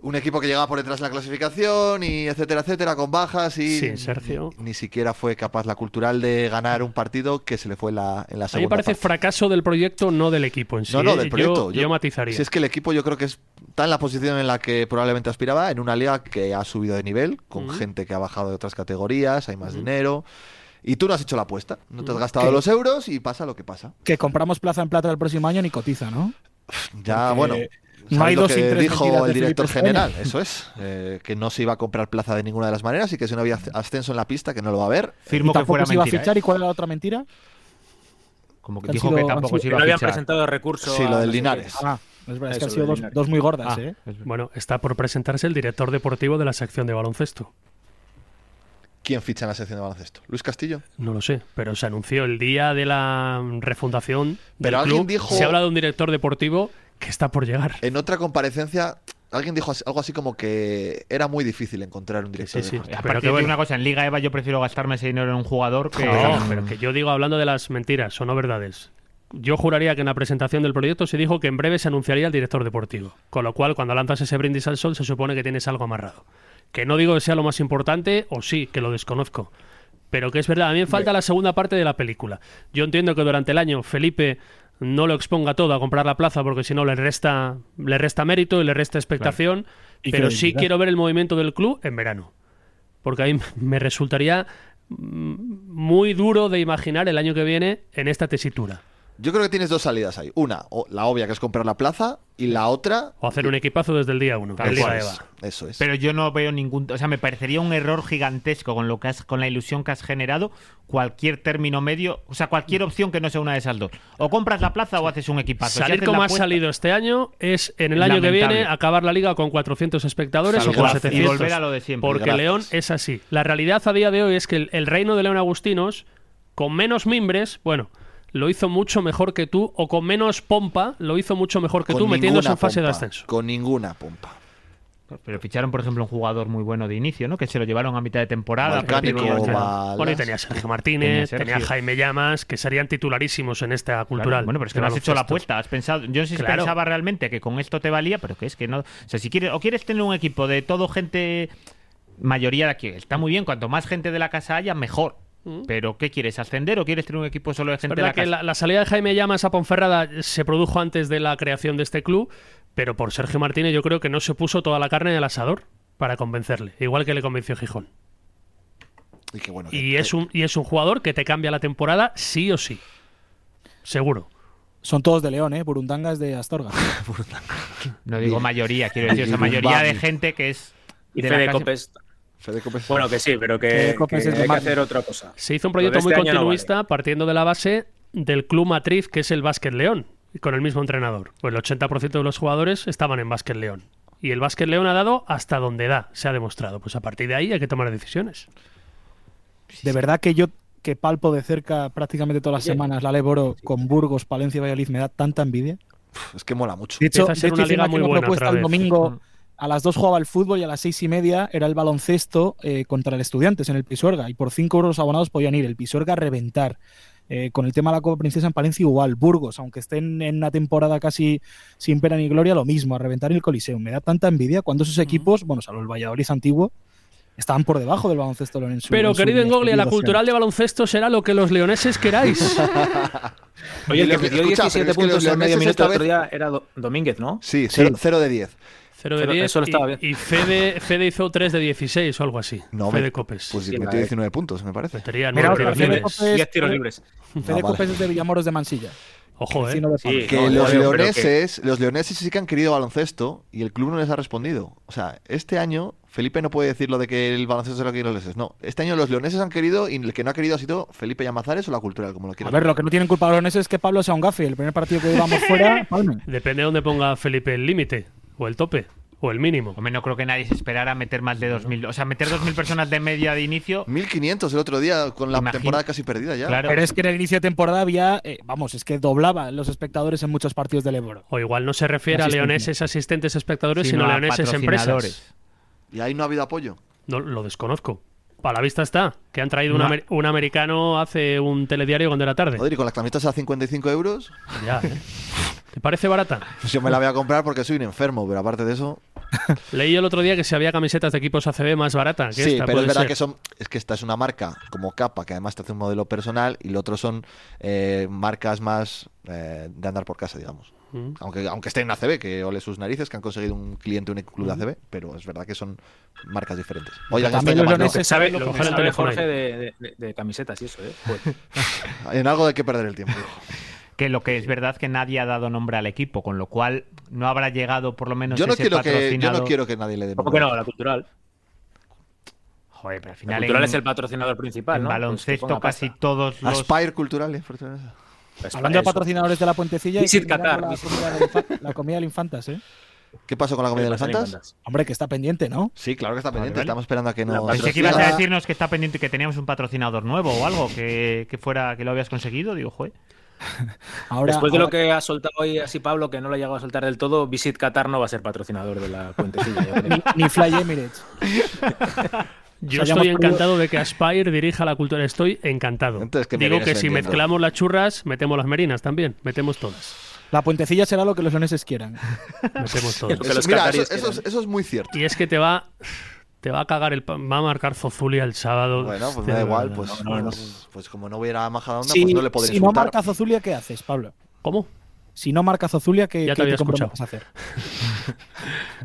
A: Un equipo que llegaba por detrás de la clasificación y etcétera, etcétera, con bajas y
C: Sí, Sergio.
A: ni, ni siquiera fue capaz la cultural de ganar un partido que se le fue en la, en la
C: A mí me
A: segunda
C: parece
A: parte.
C: fracaso del proyecto, no del equipo en sí.
A: No, no, del
C: ¿eh?
A: proyecto.
C: Yo, yo matizaría.
A: Si es que el equipo yo creo que es- está en la posición en la que probablemente aspiraba, en una liga que ha subido de nivel, con
C: Ujú.
A: gente que ha bajado de otras categorías, hay más dinero. Y tú no has hecho la apuesta, no te has gastado
E: ¿Qué?
A: los euros y pasa lo que pasa.
E: que compramos plaza en plata el próximo año ni cotiza, ¿no?
A: Ya,
E: Porque
A: bueno.
E: no
A: sabes
E: hay
A: lo
E: dos
A: que
E: sin tres mentiras
A: dijo
E: de
A: el director
E: Felipe España.
A: general, eso es, eh, que no se iba a comprar plaza de ninguna de las maneras y que si no había ascenso en la pista, que no lo va a haber.
E: Y
F: Firmo que
E: tampoco
F: fuera
E: se iba a
F: mentira.
E: fichar.
F: ¿eh?
E: ¿Y cuál era la otra mentira?
F: Como que
E: han
F: dijo
E: sido-
F: que
E: han
F: tampoco
E: sido-
F: se
D: Que
F: iba
D: no
F: a
D: habían
F: fichar.
D: presentado recursos.
A: Sí, lo del
D: a- no sé qué.
A: Linares.
E: Ah, Es verdad, es que
D: Eso,
E: han sido
D: de
E: dos,
D: Linares.
E: dos muy gordas,
F: Ah,
E: ¿eh?
F: es verdad.
C: Bueno, está por presentarse el director deportivo de la sección de baloncesto.
A: ¿Quién ficha en la sección de baloncesto? ¿Luis Castillo?
C: No lo sé, pero se anunció el día de la refundación del
A: Pero alguien
C: club.
A: dijo- Eh,
C: Se habla de un director deportivo que está por llegar.
A: En otra comparecencia, alguien dijo así- algo así como que era muy difícil encontrar un director.
C: Sí, sí.
A: deportivo.
F: Aparte,
C: Pero que
F: digo
C: bueno.
F: una cosa, en Liga Eva yo prefiero gastarme ese dinero en un jugador que...
C: No, pero que yo digo hablando de las mentiras, o no verdades. Yo juraría que en la presentación del proyecto se dijo que en breve se anunciaría el director deportivo. Con lo cual, cuando lanzas ese brindis al sol, se supone que tienes algo amarrado. Que no digo que sea lo más importante, o sí, que lo desconozco. Pero que es verdad, a mí me falta la segunda parte de la película. Yo entiendo que durante el año Felipe no lo exponga todo a comprar la plaza porque si no le resta, le resta mérito y le resta expectación.
E: Y
C: Pero sí
E: credibilidad.
C: quiero ver el movimiento del club en verano. Porque ahí me resultaría muy duro de imaginar el año que viene en esta tesitura.
A: Yo creo que tienes dos salidas ahí. Una, o- la obvia, que es comprar la plaza, y la otra.
C: O hacer un equipazo desde el día uno.
F: Tal
C: en Liga
F: cual.
C: Eva.
A: Eso es.
F: Pero yo no veo ningún, o sea, me parecería un error gigantesco con lo que has, con la ilusión que has generado, cualquier término medio, o sea, cualquier
C: Mm.
F: opción que no sea una de esas dos. O compras la plaza o haces un equipazo. Si
C: Salir
F: haces
C: como
F: la
C: has
F: apuesta-
C: salido este año es en el año que
F: Lamentable.
C: viene acabar la liga con 400 espectadores
A: Salud,
C: o con
A: gracias.
C: 700.
F: Y volver a lo de siempre,
C: Porque
A: gracias.
C: León es así. La realidad a día de hoy es que el, el reino de León Agustinos, con menos mimbres, bueno, lo hizo mucho mejor que tú, o con menos pompa, lo hizo mucho mejor que
A: Con
C: tú, metiéndose
A: ninguna
C: en fase de
A: pompa,
C: ascenso.
A: Con ninguna pompa.
F: Pero ficharon, por ejemplo, un jugador muy bueno de inicio, ¿no? Que se lo llevaron a mitad de temporada.
A: Volcánico,
F: pero tenía-
A: va-
C: Bueno, y
A: Balas.
C: tenía Sergio
F: Tenía
C: Martínez, tenía,
F: Sergio.
C: Jaime Llamas, que serían titularísimos en esta
F: Claro,
C: cultural.
F: bueno, pero es que
C: de
F: no has hecho la
C: baloncesto.
F: apuesta. Has pensado, yo no sé si
C: Claro.
F: pensaba realmente que con esto te valía, pero que es que no. O sea, si quieres, o quieres tener un equipo de todo gente, mayoría de aquí, está muy bien. Cuanto más gente de la casa haya, mejor. Pero ¿qué quieres? ¿Ascender o quieres tener un equipo solo de gente de
C: Mm. verdad
F: la
C: que
F: casa?
C: la, la salida de Jaime Llamas a Ponferrada se produjo antes de la creación de este club, pero por Sergio Martínez yo creo que no se puso toda la carne en el asador para convencerle, igual que le convenció Gijón.
A: Y que bueno.
C: Y
A: que-
C: es un, y es un jugador que te cambia la temporada sí o sí. Seguro.
E: Son todos de León, ¿eh? Burundanga es de Astorga.
F: No digo
A: Bien.
F: mayoría, quiero decir, o sea,
A: Bien.
F: mayoría de
A: Vamos.
F: gente que es.
D: Y
F: de la
D: Fede
F: clase-
D: Copes.
A: Fede Copes-
D: Bueno, que sí, pero que,
E: Fede Copes
D: que
E: es de
D: hay que
E: Madrid.
D: hacer otra cosa.
C: Se hizo un
D: Lo de
C: proyecto muy
D: este año no
C: continuista partiendo de la base del club matriz que es el Básquet León, con el mismo entrenador. Pues el 80% de los jugadores estaban en Básquet León. Y el Básquet León ha dado hasta donde da, se ha demostrado. Pues a partir de ahí hay que tomar decisiones.
E: De verdad que yo, que palpo de cerca prácticamente todas las
D: Oye.
E: semanas la Leboro con Burgos, Palencia y Valladolid, me da tanta envidia.
A: Pf, es que mola mucho.
E: De hecho,
C: Empieza a ser
E: de hecho,
C: una
E: hice
C: liga muy
E: una
C: buena
E: propuesta
C: otra vez.
E: el domingo. A las 2 jugaba el fútbol y a las seis y media era el baloncesto eh, contra el Estudiantes en el Pisuerga. Y por 5 euros los abonados podían ir. El Pisuerga a reventar. Eh, con el tema de la Copa Princesa en Palencia igual. Burgos, aunque estén en una temporada casi sin pena ni gloria, lo mismo. A reventar el Coliseo. Me da tanta envidia cuando esos equipos, bueno, salvo el Valladolid antiguo, estaban por debajo del baloncesto león en su-
C: Pero
E: en su
C: querido Engoglia, la
E: evolución.
C: cultural de baloncesto será lo que los leoneses queráis.
D: Oye, el
A: Escucha,
D: que metió
A: pero es
D: 17
A: que los
D: puntos en medio
A: leoneses
D: minuto
A: esta
D: el otro
A: vez-
D: día era Do- Domínguez, ¿no?
A: Sí, 0 de 10.
C: 0 de
D: Pero
C: 10
D: eso no estaba bien.
C: y, y Fede, Fede hizo 3 de 16 o algo así.
A: No,
C: Fede
A: me-
C: Copes.
A: Pues
D: Sí,
A: metió
D: vale.
A: 19 puntos, me parece.
C: Metería
E: Mira,
C: nueve
E: pero
C: tiros
E: Fede
C: libres.
E: Copes- Pues-
D: 10 tiros libres.
E: Fede
A: Ah, vale.
E: Copes es de Villamoros de Mansilla.
C: Ojo, eh.
E: vecino de Palencia.
D: Sí,
A: Que
D: no,
A: los
D: joder, pero que-
A: leoneses, los leoneses sí que han querido baloncesto y el club no les ha respondido. O sea, este año Felipe no puede decir lo de que el baloncesto es lo que quieren los leoneses. No, este año los leoneses han querido y el que no ha querido ha sido Felipe Llamazares o la cultural, como lo
E: A
A: quieran.
E: ver, lo que no tienen culpa los leoneses es que Pablo sea un gafe. El primer partido que íbamos fuera, palmen.
C: Depende de dónde ponga Felipe el límite, o el tope, o el mínimo.
F: Hombre, no creo que nadie se esperara meter más de 2.000. O sea, meter 2.000 personas de media de inicio.
A: 1500 el otro día con la
F: Imagina-
A: temporada casi perdida ya.
F: Claro.
E: Pero es que en el inicio de temporada había, eh, vamos, es que doblaba los espectadores en muchos partidos del Ebro.
C: O igual no se refiere a
E: Asistentes.
C: leoneses asistentes espectadores,
F: Sino
C: sino,
F: a
C: leoneses
F: patrocinadores.
C: empresas.
A: Y ahí no ha habido apoyo.
C: No, lo desconozco. A la vista está, que han traído
F: No.
C: un, amer- un americano hace un telediario cuando era tarde.
A: Joder, y con las camisetas a 55 euros,
C: Ya, ¿eh? ¿Te parece barata?
A: pues yo me la voy a comprar porque soy un enfermo, pero aparte de eso.
C: Leí el otro día que si había camisetas de equipos ACB más barata que
A: Sí,
C: esta,
A: pero es
C: puede
A: verdad
C: ser.
A: que son. Es que esta es una marca como capa, que además te hace un modelo personal, y lo otro son eh, marcas más eh, de andar por casa, digamos.
C: Mm.
A: Aunque, aunque esté en ACB, que ole sus narices, que han conseguido un cliente, un club de ACB, pero es verdad que son marcas diferentes. Oye, alguien
E: También
A: está
E: los
A: llamando.
E: leoneses
D: Sabe
E: saben
D: lo
E: lo
D: que
E: que
D: sabe
C: teléfono
D: Jorge
C: ahí.
D: de, de- de camisetas y eso, ¿eh? Joder.
A: En algo hay que perder el tiempo.
F: Que lo que es verdad que nadie ha dado nombre al equipo, con lo cual no habrá llegado por lo menos
A: Yo no,
F: ese
A: quiero que, yo no
F: patrocinado.
A: quiero que nadie le dé
D: ¿Cómo
A: nombre.
D: que no? La cultural.
F: Joder, pero al
D: La
F: final
D: cultural
F: en,
D: es el patrocinador principal,
F: en
D: ¿no? Pues que
F: baloncesto
D: ponga
F: casi
D: pasta.
F: todos los
A: Aspire Cultural, eh, Fortaleza.
E: Hablando de
D: eso.
E: patrocinadores de la puentecilla.
D: Visit
E: estoy mirando
D: Qatar,
E: La
D: visit-
E: comida, del infa- la comida del Infantas, ¿eh?
A: ¿Qué pasó con la comida de las
D: Pasan
A: fantas?
D: infantas.
E: Hombre, que está pendiente, ¿no?
A: Sí, claro que está pendiente.
B: vale.
A: Estamos esperando a que
D: La
A: nos.
D: Pensé
B: Pensé que
A: diga.
B: ibas a decirnos que está pendiente que teníamos un patrocinador nuevo o algo que, que fuera que lo habías conseguido, digo, joder.
E: Ahora,
D: Después de lo
E: ahora-
D: que ha soltado hoy así Pablo, que no lo ha llegado a soltar del todo, Visit Qatar no va a ser patrocinador de la puentecilla. yo creo.
E: Ni Fly Emirates.
C: Yo
E: O
C: estoy
E: sea, ya hemos perdido-
C: encantado de que Aspire dirija la cultura. Estoy encantado.
A: Entonces, ¿qué me
C: Digo
A: vienes
C: que si
A: vendiendo?
C: mezclamos las churras, metemos las merinas también. Metemos todas.
E: La puentecilla será lo que los leoneses qu- quieran.
C: Metemos
D: Lo que
C: todas.
A: Eso-
D: los
A: mira, eso,
D: cataríes
A: eso es,
D: quieran.
A: eso es muy cierto.
C: Y es que te va. Te va a cagar el. pa- Va a marcar Zozulia el sábado.
A: Bueno, pues me
C: De
A: da igual.
C: verdad.
A: Pues,
D: no, no.
A: pues, pues como no voy a ir a Majadahonda,
E: Si,
A: pues no le podré
E: si no
A: insultar.
E: marca Zozulia, ¿qué haces, Pablo?
C: ¿Cómo?
E: Si no marca Zozulia, ¿qué,
C: Ya te
E: qué
C: había
E: comprometes a hacer?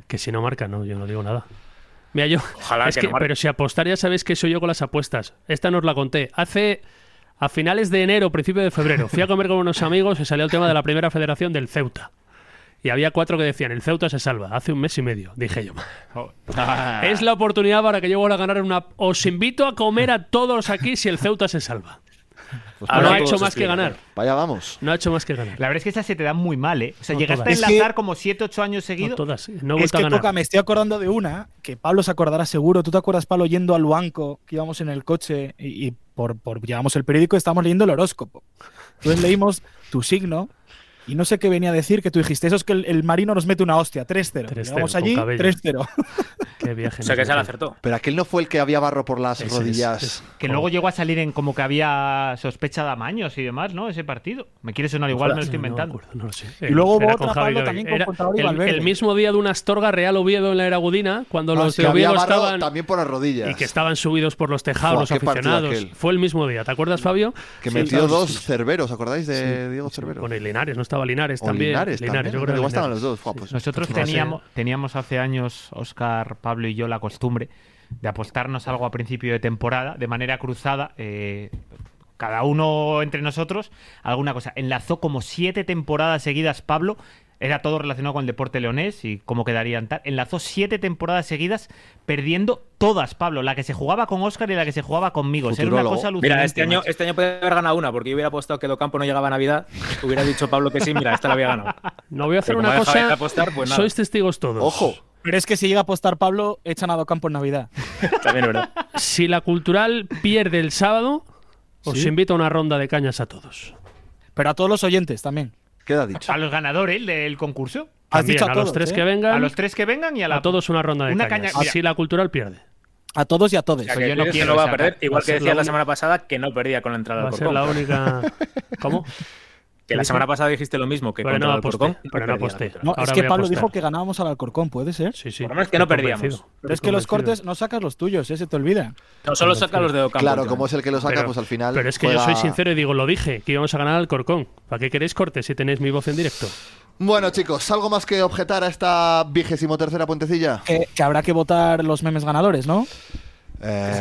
C: Que si no marca, no, yo no digo nada. Mira, yo.
D: Ojalá
C: es
D: que
C: que-
D: no marque.
C: Pero si apostar, ya sabéis que soy yo con las apuestas. Esta nos la conté. Hace. A finales de enero, principio de febrero, fui a comer con unos amigos y salió el tema de la primera federación del Ceuta. Y había cuatro que decían: el Ceuta se salva. Hace un mes y medio, dije yo.
A: Ah.
D: Ah.
C: Es la oportunidad para que yo vuelva a ganar una. Os invito a comer a todos aquí si el Ceuta se salva.
A: Pues
D: Ahora
C: No
A: vaya,
C: ha
D: todos
C: hecho más que
D: escriben,
C: ganar.
A: vaya, vamos.
C: No ha hecho más que ganar.
F: La verdad es que esas se te dan muy mal, ¿eh? O sea,
C: No
F: llegaste
C: todas.
F: a
E: Es que-
F: enlazar como 7, 8 años
C: No
F: seguidos.
C: todas. No he
E: es
C: vuelto a
E: que,
C: ganar.
E: Coca, me estoy acordando de una que Pablo se acordará seguro. ¿Tú te acuerdas, Pablo, yendo al banco que íbamos en el coche y, y por, por- llevamos el periódico y estábamos leyendo el horóscopo? Entonces leímos tu signo y no sé qué venía a decir que tú dijiste. Eso es que el, el marino nos mete una hostia, 3-0.
C: 3-0,
E: Llegamos
C: con
E: allí,
C: cabello.
E: 3-0.
C: Qué viaje
D: O sea
C: nos
D: que se la
C: metemos.
D: acertó.
A: Pero aquel no fue el que había barro por las
C: Ese es-
A: rodillas.
C: es-
F: Que luego llegó a salir en como que había sospecha de amaños y demás, ¿no? Ese partido. Me quiere sonar igual, me lo estoy
C: No, no
F: inventando.
C: me acuerdo, no lo sé.
E: Y luego hubo
C: Era
E: otra,
C: con Javi
E: Pablo,
C: Gavi.
E: también con
C: Era
E: Contador y
C: el-
E: Valverde.
C: El mismo día de una Astorga Real Oviedo en la Eragudina, cuando
A: Ah,
C: los
A: que
C: de
A: había
C: Oviedo
A: barro
C: estaban.
A: también por las rodillas.
C: Y que estaban subidos por los tejados,
A: Buah,
C: los
A: qué partido
C: aficionados.
A: aquel.
C: Fue el mismo día, ¿te acuerdas, Fabio?
A: Que
C: Sí,
A: metió
C: claro,
A: dos
C: sí, sí.
A: Cerveros, ¿acordáis de Diego Cervero?
C: Bueno, y Linares, no estaba Linares
A: O
C: también.
A: Linares, también.
C: yo creo
A: Pero
C: que
A: igual estaban
C: Linares.
A: los dos. Buah, pues-
F: Nosotros
A: pues no sé.
F: teníamos, teníamos hace años, Oscar, Pablo y yo, la costumbre de apostarnos algo a principio de temporada, de manera cruzada. eh, cada uno entre nosotros, alguna cosa. Enlazó como siete temporadas seguidas, Pablo. Era todo relacionado con el deporte leonés y cómo quedarían tal. Enlazó siete temporadas seguidas, perdiendo todas, Pablo. La que se jugaba con Oscar y la que se jugaba conmigo. O sea, Era una
A: Futurólogo.
F: cosa alucinante.
D: Mira, este año,
F: macho.
D: este año podía haber ganado una, porque yo hubiera apostado que Docampo no llegaba a Navidad. Hubiera dicho Pablo que sí, mira, esta la había ganado.
C: No voy a hacer
D: Pero
C: una
D: como deja
C: cosa.
D: de apostar, pues nada.
C: Sois testigos todos.
A: Ojo,
E: Pero es que si llega a apostar Pablo, echan a Docampo en Navidad.
D: También es verdad.
C: Si la cultural pierde el sábado, os invito a una ronda de cañas a todos.
E: Pero a todos los oyentes también.
A: queda dicho.
F: A los ganadores del concurso.
E: Has
C: También,
E: dicho a,
C: Pues a,
E: todos,
C: los tres
E: ¿eh?
C: que vengan,
F: A los tres que vengan y a, la...
C: a todos una ronda de
F: Una
C: cañas.
F: caña-
C: Si la cultural pierde.
E: A todos y a todos.
D: O sea,
F: Eso
D: que
F: yo no
D: Reyes
F: quiero
D: no va a
F: sacar.
D: perder,
C: Va a
D: igual que
C: ser
D: decías
C: la
D: la
C: única-
D: semana pasada que no perdía con la entrada
C: Va a
D: del
C: ser la
D: Corcón.
C: única. ¿Cómo?
D: Que la semana pasada dijiste lo mismo, que
C: Pero
D: contra
C: no
D: el
C: aposté,
D: Corcón
C: pero no
D: perdía la
C: aposté.
D: entrada.
E: No,
C: Ahora
E: es que
C: voy a
E: Pablo
C: apostar.
E: dijo que ganábamos al Alcorcón, ¿puede ser.
C: Sí, sí.
D: Por lo menos que no
C: Estoy
D: perdíamos.
C: convencido,
E: Pero es
C: estoy
E: que los
C: convencido.
E: cortes no sacas los tuyos, ¿eh? se te olvida.
D: No, solo saca los de Docampo.
A: Claro, como es el que lo saca,
C: Pero-
A: pues al final.
C: Pero es que yo
A: juega-
C: soy sincero y digo, lo dije, que íbamos a ganar al Corcón. ¿Para qué queréis cortes si tenéis mi voz en directo?
A: Bueno, chicos, ¿algo más que objetar a esta vigésimo tercera puentecilla?
E: Que, que habrá que votar los memes ganadores, ¿no?
A: Eh, es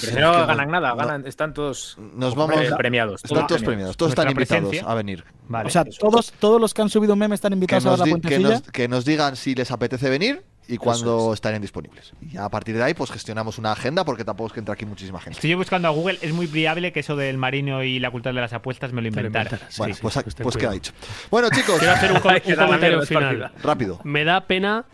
D: Si no
A: que no-
D: ganan nada,
A: no-
D: ganan, están todos
A: Nos
D: como
A: vamos-
D: pre- premiados.
A: Están todos premiados, todos están
F: Nuestra
A: invitados
F: presencia.
A: a venir.
F: Vale.
E: o sea, todos, todos los que han subido un meme están
A: Que
E: invitados a
A: nos,
E: la
A: di- que,
E: puentecilla.
A: nos, que nos digan si les apetece venir y cuándo estarían disponibles. Y ya a partir de ahí, pues gestionamos una agenda porque tampoco es que entre aquí muchísima gente.
F: Estoy yo buscando a Google, es muy viable que eso del marino y la cultura de las apuestas me lo
C: Te lo
F: inventara.
C: inventaras.
A: Bueno,
C: Sí,
A: pues,
C: sí, pues ten
A: pues queda
C: cuidado.
A: dicho. Bueno, chicos,
C: Quiero hacer un, co-
D: Hay que
C: un
D: dar la
C: comentario
D: menos
C: final.
D: partida.
A: rápido.
C: Me da pena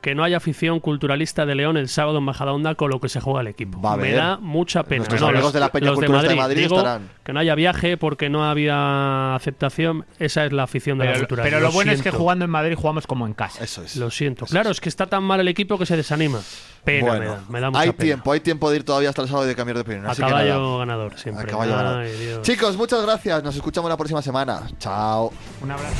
C: que no haya afición culturalista de León el sábado en Majadahonda con lo que se juega el equipo.
A: Va a
C: Me
A: haber.
C: da mucha pena.
A: Nuestros amigos de la Peña
C: los
A: Cultural de Madrid
C: Digo
A: estarán.
C: Que no haya viaje porque no había aceptación. Esa es la afición de la
F: Pero,
C: cultura.
F: pero lo, bueno es que jugando en Madrid jugamos como en casa.
A: Eso es.
C: Lo siento. Claro, es que está tan mal el equipo que se desanima. Pena, me da,
A: Bueno,
C: me da mucha
A: hay
C: pena.
A: tiempo, hay tiempo de ir todavía hasta el sábado y de cambiar de opinión.
C: A
A: así que nada,
C: caballo ganador siempre.
A: a caballo ganado.
C: Ay, Dios.
A: Chicos, muchas gracias. Nos escuchamos la próxima semana. Chao.
F: Un abrazo.